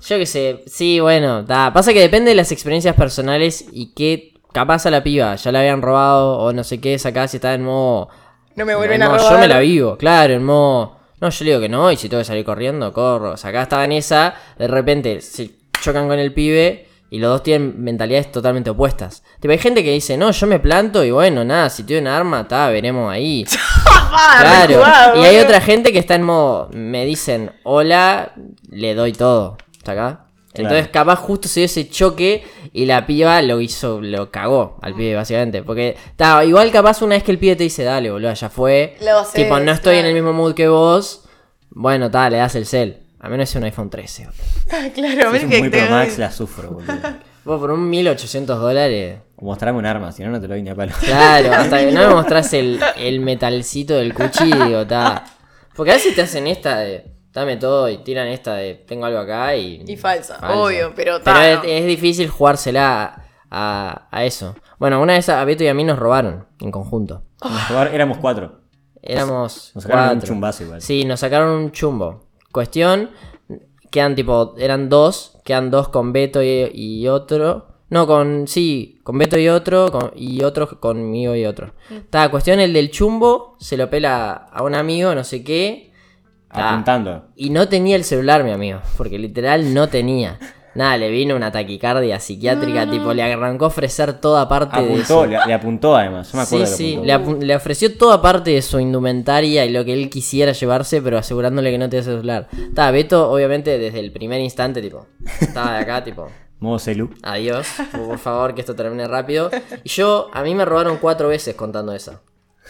Speaker 2: Yo qué sé, sí, bueno, ta. pasa que depende de las experiencias personales y qué capaz a la piba, ya la habían robado o no sé qué, sacás si está en modo...
Speaker 3: No me vuelven
Speaker 2: en
Speaker 3: a
Speaker 2: modo,
Speaker 3: robar.
Speaker 2: Yo me la vivo, claro, en modo... No, yo le digo que no, y si tengo que salir corriendo, corro. O sea, acá estaba en esa, de repente se chocan con el pibe y los dos tienen mentalidades totalmente opuestas. Tipo, hay gente que dice, no, yo me planto y bueno, nada, si tiene un arma, ta, veremos ahí.
Speaker 3: zafada,
Speaker 2: Claro.
Speaker 3: rejugada,
Speaker 2: y hay
Speaker 3: boludo.
Speaker 2: otra gente que está en modo, me dicen hola, le doy todo. ¿Está acá? Entonces capaz justo se dio ese choque y la piba lo hizo, lo cagó al pibe básicamente. Porque ta, igual capaz una vez que el pibe te dice, dale, boludo, ya fue.
Speaker 3: Lo sé,
Speaker 2: tipo, no estoy en
Speaker 3: claro.
Speaker 2: el mismo mood que vos. Bueno, está, le das el cel. A menos es un iPhone 13. boludo.
Speaker 3: Ah, claro,
Speaker 1: Si es
Speaker 3: menos
Speaker 1: un
Speaker 3: que
Speaker 1: muy
Speaker 3: te-
Speaker 1: pro max, la sufro, boludo.
Speaker 2: Vos por un 1800 dólares.
Speaker 1: O mostrame un arma, si no, no te lo doy ni a palo.
Speaker 2: Claro, hasta que no me mostrás el, el metalcito del cuchi, digo, ta. Porque a veces te hacen esta de dame todo y tiran esta de tengo algo acá y.
Speaker 3: Y falsa, obvio, pero ta,
Speaker 2: Pero
Speaker 3: no.
Speaker 2: es, es difícil jugársela a, a- a eso. Bueno, una vez a Beto y a mí nos robaron en conjunto.
Speaker 3: Ah.
Speaker 1: Nos robaron- Éramos cuatro.
Speaker 2: Éramos.
Speaker 1: Nos sacaron un
Speaker 2: cuatro.
Speaker 1: chumbazo igual.
Speaker 2: Sí, nos sacaron un chumbo. Cuestión, quedan tipo, eran dos, quedan dos con Beto y, y otro. No, con, sí, con Beto y otro, con- y otro conmigo y otro. Ta, cuestión, el del chumbo se lo pela a un amigo, no sé qué. Ta.
Speaker 1: Apuntando.
Speaker 2: Y no tenía el celular, mi amigo, porque literal no tenía. Nada, le vino una taquicardia psiquiátrica, tipo, le arrancó a ofrecer toda parte
Speaker 3: Ah,
Speaker 2: de
Speaker 1: Apuntó, le, le apuntó además. Yo me
Speaker 2: Sí,
Speaker 1: acuerdo que
Speaker 2: sí,
Speaker 1: apuntó.
Speaker 2: le, apu- le ofreció toda parte de su indumentaria y lo que él quisiera llevarse, pero asegurándole que no tenía celular. Está, Beto, obviamente, desde el primer instante, tipo, estaba de acá, tipo,
Speaker 1: Modo celu.
Speaker 2: adiós, por favor, que esto termine rápido. Y yo, a mí me robaron cuatro veces contando eso.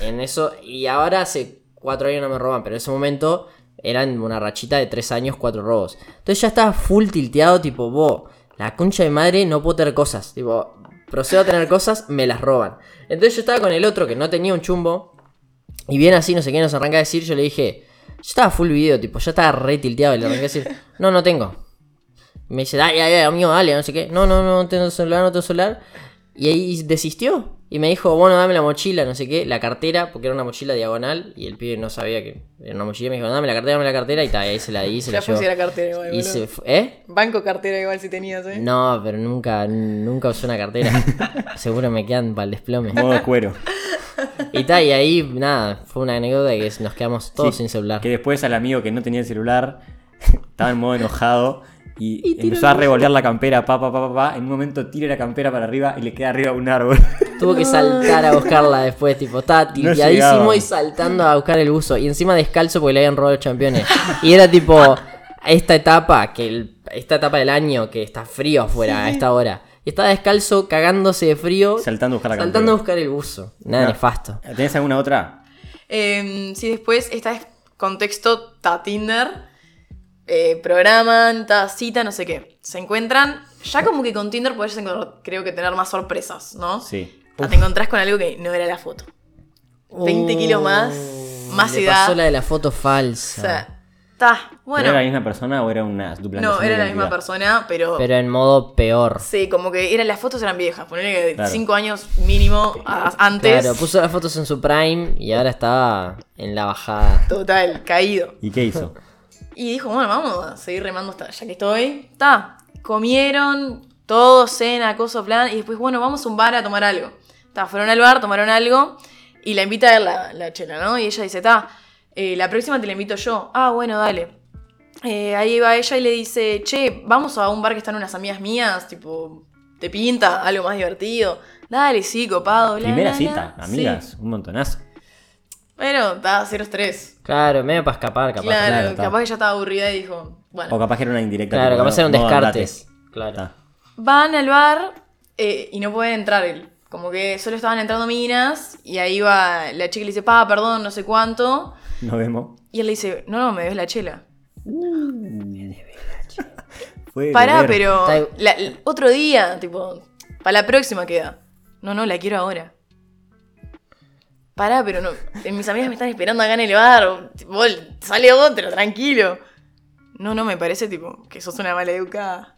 Speaker 2: En eso, y ahora hace cuatro años no me roban, pero en ese momento eran una rachita de tres años, cuatro robos. Entonces ya estaba full tilteado, tipo, vos, la concha de madre, no puedo tener cosas. Tipo, procedo a tener cosas, me las roban. Entonces yo estaba con el otro que no tenía un chumbo, y bien así, no sé qué, nos arranca a decir, yo le dije, yo estaba full video, tipo, ya estaba re tilteado, y le arranqué a decir, no, no tengo. Me dice, dale, dale, amigo, dale, no sé qué. No, no, no, no tengo celular, no tengo celular. Y ahí desistió. Y me dijo, bueno, dame la mochila, no sé qué, la cartera, porque era una mochila diagonal. Y el pibe no sabía que era una mochila. Me dijo, dame la cartera, dame la cartera. Y, ta, y ahí se la di, se
Speaker 3: Ya
Speaker 2: la llevó.
Speaker 3: pusiera cartera igual,
Speaker 2: Y
Speaker 3: boludo.
Speaker 2: se fu- ¿Eh?
Speaker 3: Banco cartera igual si tenías, ¿eh?
Speaker 2: No, pero nunca, nunca usé una cartera. Seguro me quedan para el desplome.
Speaker 1: Modo cuero.
Speaker 2: Y tal, y ahí, nada, fue una anécdota que nos quedamos todos
Speaker 1: Sí,
Speaker 2: sin celular.
Speaker 1: Que después al amigo que no tenía el celular estaba en modo enojado y, empezó a revolver la campera, pa, pa, pa, pa, pa. En un momento tira la campera para arriba y le queda arriba un árbol.
Speaker 2: Tuvo que saltar a buscarla después, tipo, estaba tilteadísimo
Speaker 1: llegaba.
Speaker 2: y saltando a buscar el buzo. Y encima descalzo porque le habían robado los campeones. Y era tipo, esta etapa, que el- esta etapa del año que está frío afuera a esta hora. Y estaba descalzo, cagándose de frío,
Speaker 1: Saltando a buscar la
Speaker 2: saltando
Speaker 1: campera.
Speaker 2: a buscar el buzo. Nada,
Speaker 1: Ah.
Speaker 2: nefasto.
Speaker 1: ¿Tenés alguna otra?
Speaker 3: Eh, sí, después, esta es contexto, ta Tinder. eh, programan, ta cita, no sé qué. Se encuentran. Ya como que con Tinder podés encontrar, creo que tener más sorpresas, ¿no?
Speaker 1: Sí.
Speaker 3: Ta, te encontrás con algo que no era la foto. 20 kilos más, más
Speaker 2: Oh. Le
Speaker 3: edad.
Speaker 2: pasó la de la foto
Speaker 3: O
Speaker 2: falsa.
Speaker 3: sea, ta, bueno.
Speaker 1: ¿Era la misma persona o era una duplicación
Speaker 3: No,
Speaker 1: de
Speaker 3: era la
Speaker 1: identidad?
Speaker 3: misma persona, pero.
Speaker 2: Pero en modo peor.
Speaker 3: Sí, como que eran las fotos eran viejas, ponele que
Speaker 1: Claro.
Speaker 3: 5 años mínimo a- antes.
Speaker 2: Claro, puso las fotos en su prime y ahora estaba en la bajada.
Speaker 3: Total, caído.
Speaker 1: ¿Y qué hizo?
Speaker 3: Y dijo, bueno, vamos a seguir remando hasta ya que estoy. Ta, comieron, todo, cena, acoso, plan. Y después, bueno, vamos a un bar a tomar algo. Ta, fueron al bar, tomaron algo. Y la invita a él la, la chela, ¿no? Y ella dice, ta, eh, la próxima te la invito yo. Ah, bueno, dale. Eh, ahí va ella y le dice, che, vamos a un bar que están unas amigas mías, tipo, te pinta algo más divertido. Dale, sí, copado, bla,
Speaker 1: Primera
Speaker 3: bla,
Speaker 1: cita,
Speaker 3: bla".
Speaker 1: amigas,
Speaker 3: Sí.
Speaker 1: un montonazo.
Speaker 3: Bueno, ta, 0-3.
Speaker 2: Claro, medio para escapar, capaz.
Speaker 3: Claro,
Speaker 1: claro, ta.
Speaker 3: capaz que ella estaba aburrida y dijo, bueno.
Speaker 1: O capaz que era una indirecta.
Speaker 2: Claro,
Speaker 1: tipo,
Speaker 2: capaz
Speaker 1: no,
Speaker 2: eran
Speaker 1: no, andate.
Speaker 2: descartes. Claro.
Speaker 1: Está.
Speaker 3: Van al bar eh, y no pueden entrar él. Como que solo estaban entrando minas y ahí va la chica y le dice, pa, perdón, no sé cuánto.
Speaker 1: Nos vemos.
Speaker 3: Y él le dice, no, no, me ves la chela.
Speaker 1: Fue
Speaker 3: Pará,
Speaker 1: beber.
Speaker 3: pero
Speaker 2: Está-
Speaker 3: la- el otro día, tipo, para la próxima queda. No, no, la quiero ahora. Pará, pero no, eh, mis amigas me están esperando acá en el bar. Vos, sale otro, tranquilo. No, no, me parece, tipo, que sos una mala educada.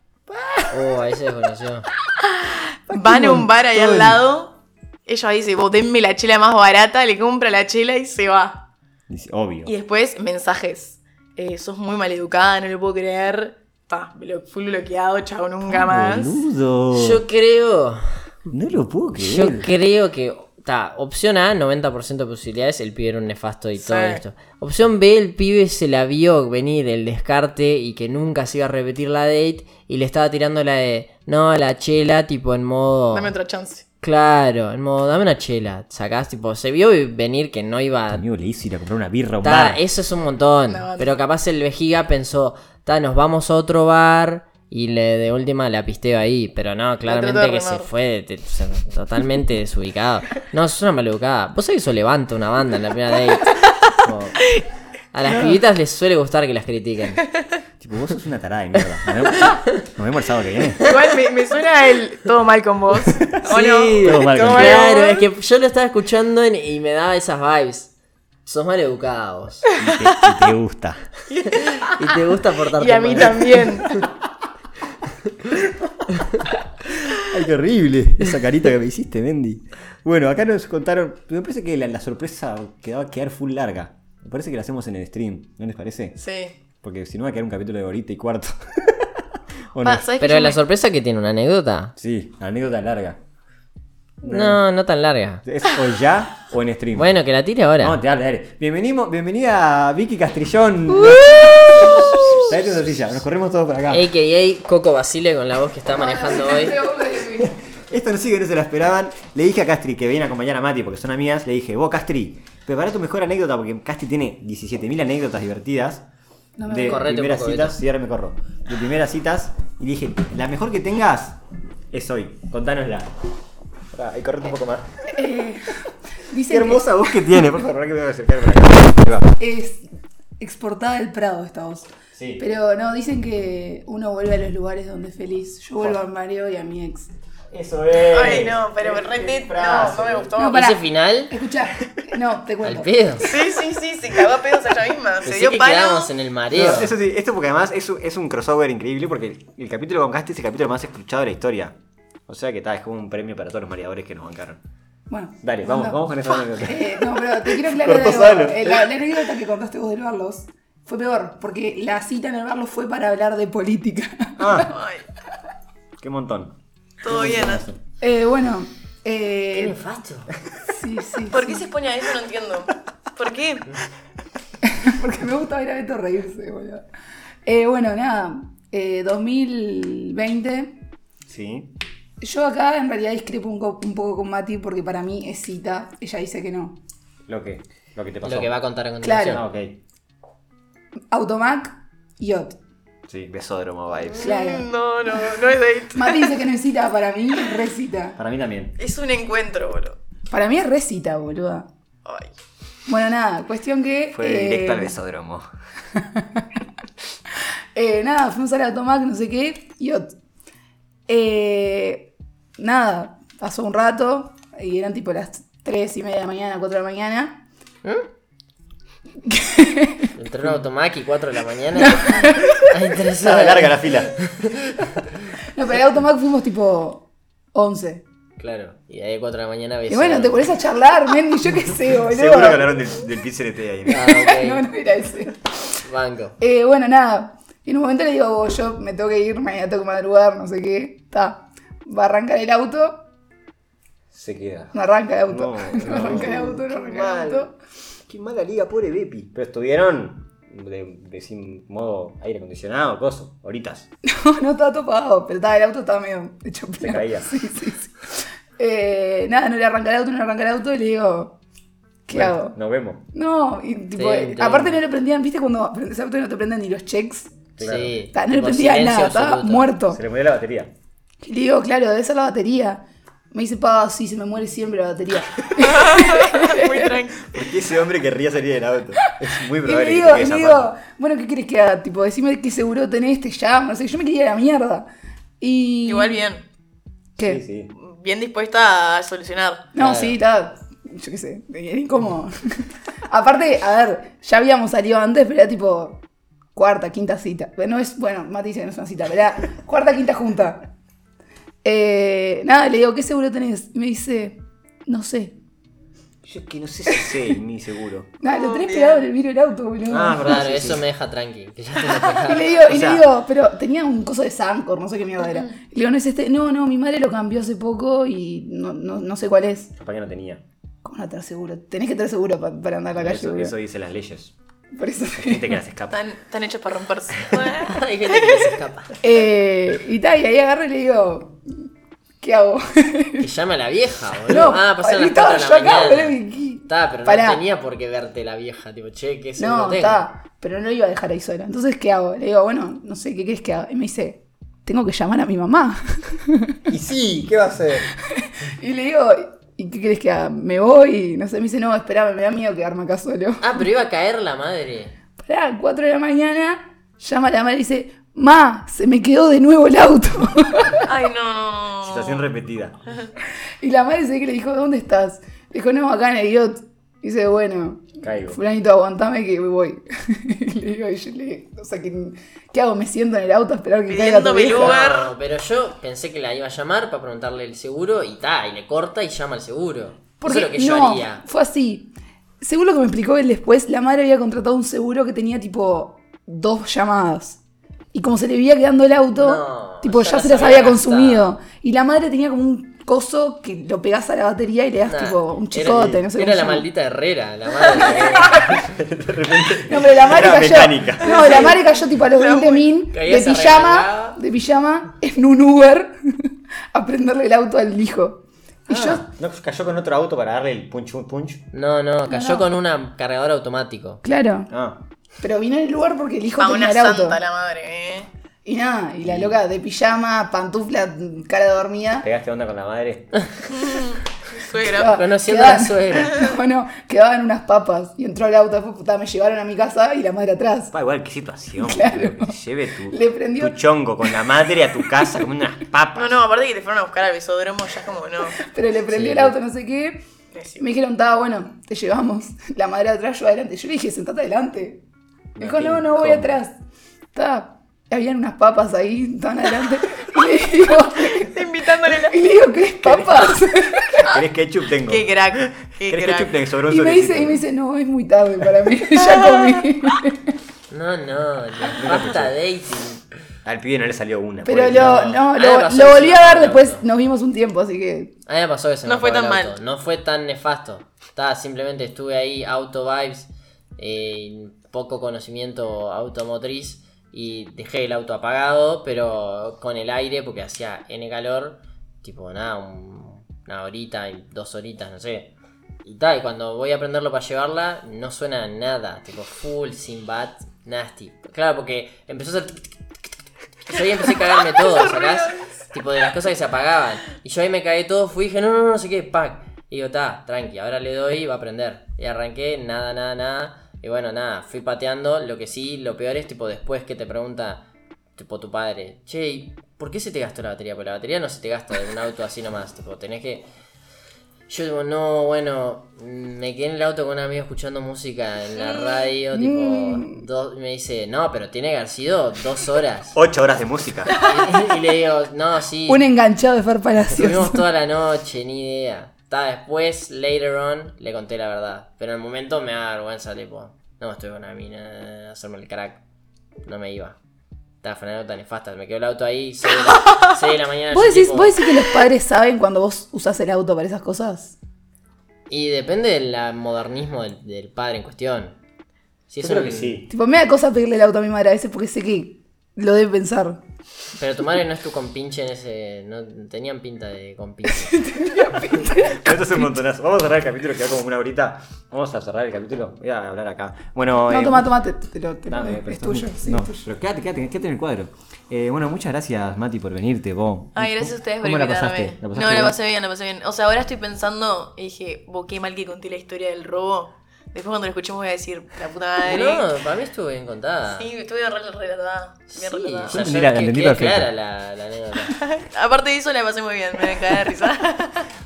Speaker 2: Oh, ahí se desconoció.
Speaker 3: Van a un bar ahí al
Speaker 1: montón.
Speaker 3: lado. Ella dice, vos denme la chela más barata, le compra la chela y se va.
Speaker 1: Dice, Obvio.
Speaker 3: Y después, mensajes. Eh, sos muy maleducada, no lo puedo creer. Ta, blo- full bloqueado, chao, nunca más.
Speaker 1: Boludo.
Speaker 2: Yo creo.
Speaker 1: No lo puedo
Speaker 2: Yo
Speaker 1: creer.
Speaker 2: creo que. Ta, opción A, 90% de posibilidades, el pibe era un nefasto y todo
Speaker 3: Sí.
Speaker 2: esto. Opción B, el pibe se la vio venir el descarte y que nunca se iba a repetir la date y le estaba tirando la de. No, la chela, tipo en modo.
Speaker 3: Dame otra chance.
Speaker 2: Claro, en modo, dame una chela. Sacás, tipo, se vio venir que no iba. a...
Speaker 1: Amigo, le hice ir a comprar una birra a un
Speaker 2: Ta,
Speaker 1: bar.
Speaker 2: eso es un montón.
Speaker 3: No, no.
Speaker 2: Pero capaz el vejiga pensó, ta, nos vamos a otro bar y le de última la pisteo ahí. Pero no,
Speaker 3: trató
Speaker 2: claramente
Speaker 3: de
Speaker 2: que se
Speaker 3: remar.
Speaker 2: fue te- se- totalmente desubicado. No, es una maleducada. Vos sabés que eso levanta una banda en la primera date. Tipo, a las pibitas les suele gustar que las critiquen.
Speaker 1: Tipo, vos sos una tarada de mierda. Nos vemos, nos vemos el sábado que viene.
Speaker 3: Igual me, me suena el todo mal con vos. ¿O
Speaker 2: Sí,
Speaker 3: no?
Speaker 1: todo mal con vos.
Speaker 2: Claro, es que yo lo estaba escuchando en- y me daba esas vibes. Sos maleducados.
Speaker 1: Y te, y te gusta.
Speaker 2: Y te gusta portarte
Speaker 3: Y a mí
Speaker 2: mal.
Speaker 3: también.
Speaker 1: Ay, qué horrible. Esa carita que me hiciste, Mendy. Bueno, acá nos contaron. Me parece que la, la sorpresa que va a quedar full larga. Me parece que la hacemos en el stream, ¿no les parece?
Speaker 3: Sí.
Speaker 1: Porque si no va a quedar un capítulo de horita y cuarto. ¿O no?
Speaker 3: Pa, ¿sabés que
Speaker 2: Pero
Speaker 3: yo
Speaker 2: la
Speaker 3: me-
Speaker 2: sorpresa que tiene una anécdota.
Speaker 1: Sí, anécdota larga.
Speaker 2: No, no tan larga.
Speaker 1: Es o ya o en stream.
Speaker 2: Bueno, que la tire ahora.
Speaker 1: No, te dale, dale. Bienvenimos, bienvenida a Vicky Castrillón.
Speaker 2: Uh.
Speaker 1: Traete una silla, nos corremos todos para acá.
Speaker 2: AKA Coco Basile con la voz que está manejando hoy.
Speaker 1: Esto no sigue, no se la esperaban. Le dije a Castri que viene a acompañar a Mati porque son amigas. Le dije, vos Castri, prepara tu mejor anécdota porque Castri tiene 17.000 anécdotas divertidas. de
Speaker 2: Correte un
Speaker 1: primeras
Speaker 2: poco,
Speaker 1: citas,
Speaker 2: Beto.
Speaker 1: sí, ahora me corro. De primeras citas, y le dije, la mejor que tengas es hoy. Contanosla. Pará, ahí correte un poco más.
Speaker 4: Eh,
Speaker 1: Qué
Speaker 4: Dice
Speaker 1: hermosa voz que tiene, por favor, ahora que me voy a acercar para acá. Ahí va.
Speaker 4: que es exportada del Prado esta voz.
Speaker 1: Sí.
Speaker 4: Pero no, dicen que uno vuelve a los lugares donde es feliz. Yo vuelvo a Mario y a mi ex.
Speaker 1: Eso es.
Speaker 3: Ay, no, pero me
Speaker 1: Qué
Speaker 3: rete. No,
Speaker 1: frase.
Speaker 3: no me gustó.
Speaker 4: No,
Speaker 2: ¿Ese
Speaker 4: pará.
Speaker 2: final?
Speaker 4: Escuchá, no, te
Speaker 2: Al
Speaker 4: cuento.
Speaker 2: pedo.
Speaker 3: Sí, sí, sí, se cagó a pedos ella misma. Se
Speaker 2: Pensé
Speaker 3: dio
Speaker 2: que
Speaker 3: palo.
Speaker 2: quedábamos en el
Speaker 1: No,
Speaker 2: mareo.
Speaker 1: eso sí, esto porque además es, un- es un crossover increíble porque el, el capítulo con Casti es el capítulo más escuchado de la historia. O sea que está, es como un premio para todos los mareadores que nos bancaron.
Speaker 4: Bueno,
Speaker 1: Dale, vamos,
Speaker 4: no.
Speaker 1: vamos con esa anécdota.
Speaker 4: Eh, no, pero te quiero aclarar
Speaker 1: Cortó
Speaker 4: algo.
Speaker 1: solo.
Speaker 4: Eh, La, la anécdota que contaste vos del Barlos fue peor, porque la cita en el Barlos fue para hablar de política.
Speaker 1: Ah,
Speaker 3: Ay,
Speaker 1: qué montón.
Speaker 3: todo bien.
Speaker 4: Eh, bueno, eh,
Speaker 2: nefasto.
Speaker 4: sí, sí.
Speaker 3: ¿Por qué
Speaker 4: sí.
Speaker 3: se expone a eso? No entiendo. ¿Por qué?
Speaker 4: Porque me gusta ver a Beto reírse, boludo. Eh, bueno, nada, eh, 2020.
Speaker 1: Sí.
Speaker 4: Yo acá en realidad discrepo un, co- un poco con Mati porque para mí es cita. Ella dice que no.
Speaker 1: Lo que, lo que te pasó.
Speaker 2: Lo que va a contar a continuación.
Speaker 4: Claro.
Speaker 1: Ah, ok.
Speaker 4: Automac, yacht.
Speaker 1: Sí, besódromo vibes.
Speaker 4: Claro.
Speaker 3: No, no, no es date.
Speaker 4: Mati dice que no es cita, para mí es recita.
Speaker 1: Para mí también.
Speaker 3: Es un encuentro, boludo.
Speaker 4: Para mí es recita, boluda.
Speaker 3: Ay.
Speaker 4: Bueno, nada, cuestión que.
Speaker 1: Fue
Speaker 4: eh,
Speaker 1: directo al besódromo.
Speaker 4: Eh, nada, fuimos al automac, no sé qué, y ot- Eh, nada, pasó un rato y eran tipo las 3 y media de la mañana, 4 de la mañana.
Speaker 2: ¿Mm? Entró en Automaki 4 de la mañana. Ay,
Speaker 1: Estaba
Speaker 4: Ah,
Speaker 2: interesante.
Speaker 1: larga la fila.
Speaker 4: No, pero al automac fuimos tipo 11.
Speaker 2: Claro. Y ahí 4 de la mañana ves.
Speaker 4: Y bueno, te pones a charlar, men, y yo qué sé, boludo.
Speaker 1: Seguro que hablaron del, del PCNT ahí. ¿no?
Speaker 2: Ah,
Speaker 4: No,
Speaker 2: ok.
Speaker 4: no era ese.
Speaker 2: Banco.
Speaker 4: Eh, bueno, nada. Y en un momento le digo, "Vos, yo me tengo que ir, mañana tengo que madrugar, no sé qué. Ta. Va a arrancar el auto,
Speaker 1: Se queda.
Speaker 4: no arranca el auto.
Speaker 1: No,
Speaker 4: No,
Speaker 1: no.
Speaker 4: arranca el auto, no
Speaker 1: Qué
Speaker 4: arranca
Speaker 1: mal.
Speaker 4: el auto.
Speaker 1: Qué mala liga, pobre Bepi. Pero estuvieron de, de sin modo aire acondicionado, coso, horitas.
Speaker 4: No, no estaba topado, pero estaba, el auto estaba medio hecho pelota.
Speaker 1: caía.
Speaker 4: Sí, sí, sí. Eh, nada, no le arranca el auto, no le arranca el auto y le digo, ¿qué
Speaker 1: Bueno,
Speaker 4: hago?
Speaker 1: Nos vemos.
Speaker 4: No, y tipo,
Speaker 2: Sí, sí.
Speaker 4: aparte no le prendían, viste cuando prendes auto y no te prenden ni los checks.
Speaker 1: Claro.
Speaker 2: Sí.
Speaker 4: Ta, No le
Speaker 2: Tipo,
Speaker 4: prendían
Speaker 2: silencio
Speaker 4: nada, estaba
Speaker 2: absoluto.
Speaker 4: muerto.
Speaker 1: Se le murió la batería.
Speaker 4: Y le digo, claro, debe ser la batería. Me dice, pa, sí, se me muere siempre la batería.
Speaker 3: Muy tranquilo.
Speaker 1: Porque ese hombre querría salir del auto. Es muy
Speaker 4: y le
Speaker 1: probable que
Speaker 4: digo,
Speaker 1: te quede
Speaker 4: y le
Speaker 1: esa
Speaker 4: digo,
Speaker 1: parte.
Speaker 4: bueno, ¿qué quieres que haga? Tipo, decime qué seguro tenés, te llamo, no sé, yo me quería ir a la mierda. Y...
Speaker 3: Igual bien.
Speaker 4: ¿Qué?
Speaker 1: Sí, sí.
Speaker 3: Bien dispuesta a solucionar.
Speaker 4: No,
Speaker 2: Claro.
Speaker 4: sí, está. Yo qué sé, era incómodo. Aparte, a ver, ya habíamos salido antes, pero era tipo cuarta, quinta cita. Pero no es, bueno, Mati dice que no es una cita, pero era cuarta, quinta junta. Eh, nada, le digo, ¿qué seguro tenés? Me dice, no sé.
Speaker 1: Yo que no sé si sé, ni seguro.
Speaker 4: Nada, lo
Speaker 3: Oh,
Speaker 4: tenés
Speaker 3: bien.
Speaker 4: pegado en el vidrio del auto, boludo.
Speaker 1: Ah, verdad.
Speaker 2: Claro,
Speaker 1: sí,
Speaker 2: eso
Speaker 1: sí.
Speaker 2: me deja tranqui. Que ya te lo dejaba.
Speaker 4: Y le digo,
Speaker 1: O
Speaker 4: y
Speaker 1: sea-
Speaker 4: le digo, pero tenía un coso de Sancor, no sé qué mierda era. Y le digo, no es este. No, no, mi madre lo cambió hace poco y no, no, no sé cuál es.
Speaker 1: Capaz que no tenía.
Speaker 4: ¿Cómo no tener seguro? Tenés que tener seguro pa- para andar a la calle.
Speaker 1: Eso,
Speaker 4: boludo.
Speaker 1: eso dice las leyes.
Speaker 4: Por eso.
Speaker 1: Gente que las escapa.
Speaker 3: Están, están hechos para romperse.
Speaker 2: Hay gente que se escapa.
Speaker 4: Eh, y tal, y ahí agarro y le digo, ¿Qué hago?
Speaker 2: Que llame a la vieja,
Speaker 4: No,
Speaker 2: boludo. ah, pasan las
Speaker 4: Pablito,
Speaker 2: 4 de
Speaker 4: yo
Speaker 2: la
Speaker 4: acá,
Speaker 2: mañana.
Speaker 4: boludo, y-
Speaker 2: Está, pero
Speaker 4: Pará.
Speaker 2: no tenía por qué verte la vieja. Tipo, che, que es el
Speaker 4: No,
Speaker 2: hotel?
Speaker 4: está, pero no lo iba a dejar ahí sola. Entonces, ¿qué hago? Le digo, bueno, no sé, ¿qué quieres que haga? Y me dice, tengo que llamar a mi mamá.
Speaker 1: Y sí, ¿qué va a hacer?
Speaker 4: y le digo, ¿y qué quieres que haga? Me voy, no sé, me dice, no, espérame, me da miedo quedarme acá solo.
Speaker 2: Ah, pero iba a caer la madre.
Speaker 4: Pará, 4 de la mañana, llama a la madre y dice, Ma, se me quedó de nuevo el auto.
Speaker 3: Ay, no.
Speaker 1: Situación repetida.
Speaker 4: y la madre se ve que le dijo, ¿dónde estás? Le dijo, no, acá en el idiot. Y dice, bueno,
Speaker 1: Caigo.
Speaker 4: Fulanito, aguantame que voy. Y le digo, y yo le- o sea, que- ¿qué hago? Me siento en el auto a esperar que caiga tu
Speaker 3: Pidiéndome
Speaker 4: vieja.
Speaker 3: lugar.
Speaker 2: No, pero yo pensé que la iba a llamar para preguntarle el seguro y ta, y le corta y llama al seguro.
Speaker 4: Porque
Speaker 2: Eso es lo que yo
Speaker 4: no,
Speaker 2: haría.
Speaker 4: fue así. Según lo que me explicó él después, la madre había contratado un seguro que tenía tipo dos llamadas. Y como se le veía quedando el auto,
Speaker 2: No,
Speaker 4: tipo
Speaker 2: ya
Speaker 4: ya
Speaker 2: las
Speaker 4: se las
Speaker 2: había
Speaker 4: había
Speaker 2: gastado.
Speaker 4: consumido. Y la madre tenía como un coso que lo pegás a la batería y le das
Speaker 2: Nah,
Speaker 4: tipo un
Speaker 2: era-
Speaker 4: chicote, no sé
Speaker 2: Era
Speaker 4: cómo se
Speaker 2: la
Speaker 4: llama.
Speaker 2: maldita Herrera, la madre.
Speaker 4: No, pero la madre
Speaker 1: Era
Speaker 4: cayó.
Speaker 1: mecánica.
Speaker 4: No, la madre cayó tipo a los 20 min de
Speaker 2: Caías
Speaker 4: pijama,
Speaker 2: arreglada.
Speaker 4: de pijama, en un Uber, a prenderle el auto al hijo. Y yo,
Speaker 1: ¿No cayó con otro auto para darle el punch, un punch?
Speaker 2: No, no, cayó con un cargador automático.
Speaker 4: claro,
Speaker 1: Ah.
Speaker 4: pero vino en el Uber porque el hijo
Speaker 3: Pa'
Speaker 4: tenía
Speaker 3: una
Speaker 4: el auto.
Speaker 3: santa la madre, eh.
Speaker 4: Y nada, y la loca de pijama, pantufla, cara de dormida.
Speaker 1: ¿Pegaste onda con la madre?
Speaker 3: Suegra.
Speaker 2: Conociendo
Speaker 4: quedaba-
Speaker 2: a la suegra.
Speaker 4: bueno, quedaban unas papas. Y entró el auto, después puta, me llevaron a mi casa y la madre atrás.
Speaker 1: Pa, igual, qué situación. boludo, Que te lleve tu,
Speaker 4: Le prendió-
Speaker 1: tu chongo con la madre a tu casa comiendo unas papas.
Speaker 3: No, no, aparte que te fueron a buscar al besódromo, ya es como no.
Speaker 4: Pero le
Speaker 2: Sí.
Speaker 4: prendió el auto, no sé qué.
Speaker 3: Sí.
Speaker 4: Me dijeron, estaba bueno, te llevamos. La madre atrás, yo adelante. Yo le dije, sentate adelante. Me dijo, no, no voy
Speaker 1: incómodo.
Speaker 4: atrás. Ta, habían unas papas ahí, estaban adelante. Y le digo,
Speaker 3: Invitándole a la...
Speaker 4: y le digo ¿qué es papas?
Speaker 1: ¿Querés ketchup? Tengo.
Speaker 3: Qué crack, qué
Speaker 1: ¿Querés ketchup?
Speaker 3: crack.
Speaker 1: Tengo sobre un
Speaker 4: Y me,
Speaker 1: sobrecito.
Speaker 4: dice, y me dice, no, es muy tarde para mí, ya comí.
Speaker 2: No, no, la pasta dating.
Speaker 1: Al pibe no le salió una.
Speaker 4: Pero
Speaker 1: pobre.
Speaker 4: lo, no,
Speaker 2: Ah,
Speaker 4: lo,
Speaker 2: pasó
Speaker 4: lo volví
Speaker 2: encima
Speaker 4: a ver
Speaker 2: del
Speaker 4: después,
Speaker 2: auto.
Speaker 4: nos vimos un tiempo, así que.
Speaker 2: A mí me pasó que se me
Speaker 3: No fue
Speaker 2: apagó
Speaker 3: tan
Speaker 2: el auto.
Speaker 3: mal.
Speaker 2: No fue tan nefasto. Estaba simplemente estuve ahí, auto vibes, eh, poco conocimiento automotriz y dejé el auto apagado, pero con el aire porque hacía N calor, tipo nada, un- una horita, y dos horitas, no sé. Y tal, y cuando voy a prenderlo para llevarla, no suena nada, tipo full, sin bat, nasty. Claro, porque empezó a hacer tic, tic, yo ahí empecé a cagarme todo, ¿sacás? Tipo de las cosas que se apagaban. Y yo ahí me cagué todo, fui y dije, no, no, no, no sé qué, pack. Y digo, ta, tranqui, ahora le doy y va a prender. Y arranqué, nada, nada, nada. Y bueno, nada, fui pateando. Lo que sí, lo peor es tipo después que te pregunta, tipo tu padre, che, ¿y ¿por qué se te gastó la batería? Porque la batería no se te gasta de un auto así nomás, tipo, tenés que. Yo digo, no, bueno, mm, me quedé en el auto con un amigo escuchando música en la radio, tipo, dos, me dice, no, pero tiene que haber sido dos horas.
Speaker 1: Ocho horas de música.
Speaker 2: Y, y le digo, no, sí.
Speaker 4: Un enganchado de Fer Palacios.
Speaker 2: Estuvimos toda la noche, ni idea. Ta, después, later on, le conté la verdad. Pero en el momento me da vergüenza, tipo, no, estuve con una mina, hacerme el crack. No me iba. Ta, fue una nota nefasta. Me quedó el auto ahí, 6 de la, seis de la mañana.
Speaker 4: ¿Vos
Speaker 2: yo,
Speaker 4: decís,
Speaker 2: tipo,
Speaker 4: ¿Vos decís que los padres saben cuando vos usás el auto para esas cosas?
Speaker 2: Y depende del ah, modernismo del, del padre en cuestión. Si
Speaker 1: Yo
Speaker 2: es
Speaker 1: creo
Speaker 2: un-
Speaker 1: que sí.
Speaker 4: Tipo, me da cosa pedirle el auto a mi madre a veces porque sé que lo debe pensar.
Speaker 2: Pero tu madre no es tu compinche en ese. No tenían pinta de compinche.
Speaker 1: Esto es un montonazo. Vamos a cerrar el capítulo, queda como una horita. Vamos a cerrar el capítulo. Voy a hablar acá. Bueno,
Speaker 4: No,
Speaker 1: eh,
Speaker 4: toma, toma, te, te lo. te lo-
Speaker 1: Dame, pero
Speaker 4: es
Speaker 1: está
Speaker 4: tuyo.
Speaker 1: muy-
Speaker 4: sí,
Speaker 1: no,
Speaker 4: es tuyo.
Speaker 1: pero quédate, quédate, quédate en el cuadro. Eh, bueno, muchas gracias, Mati, por venirte, vos.
Speaker 3: Ay, gracias a ustedes por
Speaker 1: ¿Cómo la
Speaker 3: invitarme.
Speaker 1: pasaste? ¿La pasaste
Speaker 3: no, la
Speaker 1: bien?
Speaker 3: pasé bien, la pasé bien. O sea, ahora estoy pensando, dije, vos qué mal que conté la historia del robo. Después cuando lo escuchemos voy a decir, la puta madre.
Speaker 2: no, para mí estuvo bien contada.
Speaker 3: Sí, estuve re relatada. Bien
Speaker 2: Sí,
Speaker 3: relatada.
Speaker 2: o sea,
Speaker 1: Entendí la-
Speaker 2: que-
Speaker 1: entendí
Speaker 2: queda
Speaker 1: perfecto.
Speaker 2: clara la, la anécdota.
Speaker 3: Aparte de eso la pasé muy bien, me caí de risa.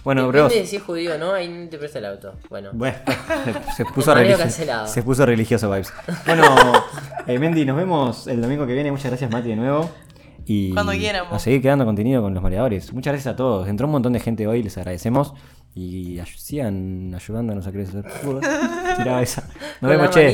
Speaker 1: Bueno, bros.
Speaker 2: Depende de si es judío o no, ahí no te presta el auto. Bueno,
Speaker 1: Bueno, se puso
Speaker 2: Mario
Speaker 1: religioso.
Speaker 2: cancelado.
Speaker 1: Se puso religioso vibes. Bueno, eh, Mendy, nos vemos el domingo que viene. Muchas gracias, Mati, de nuevo. Y
Speaker 3: Cuando quieran, vos.
Speaker 1: A seguir creando contenido con los mareadores. Muchas gracias a todos. Entró un montón de gente hoy, les agradecemos. Y ay- sigan ayudándonos a crecer. Tiraba esa. Nos
Speaker 2: Con
Speaker 1: vemos,
Speaker 2: la
Speaker 1: che.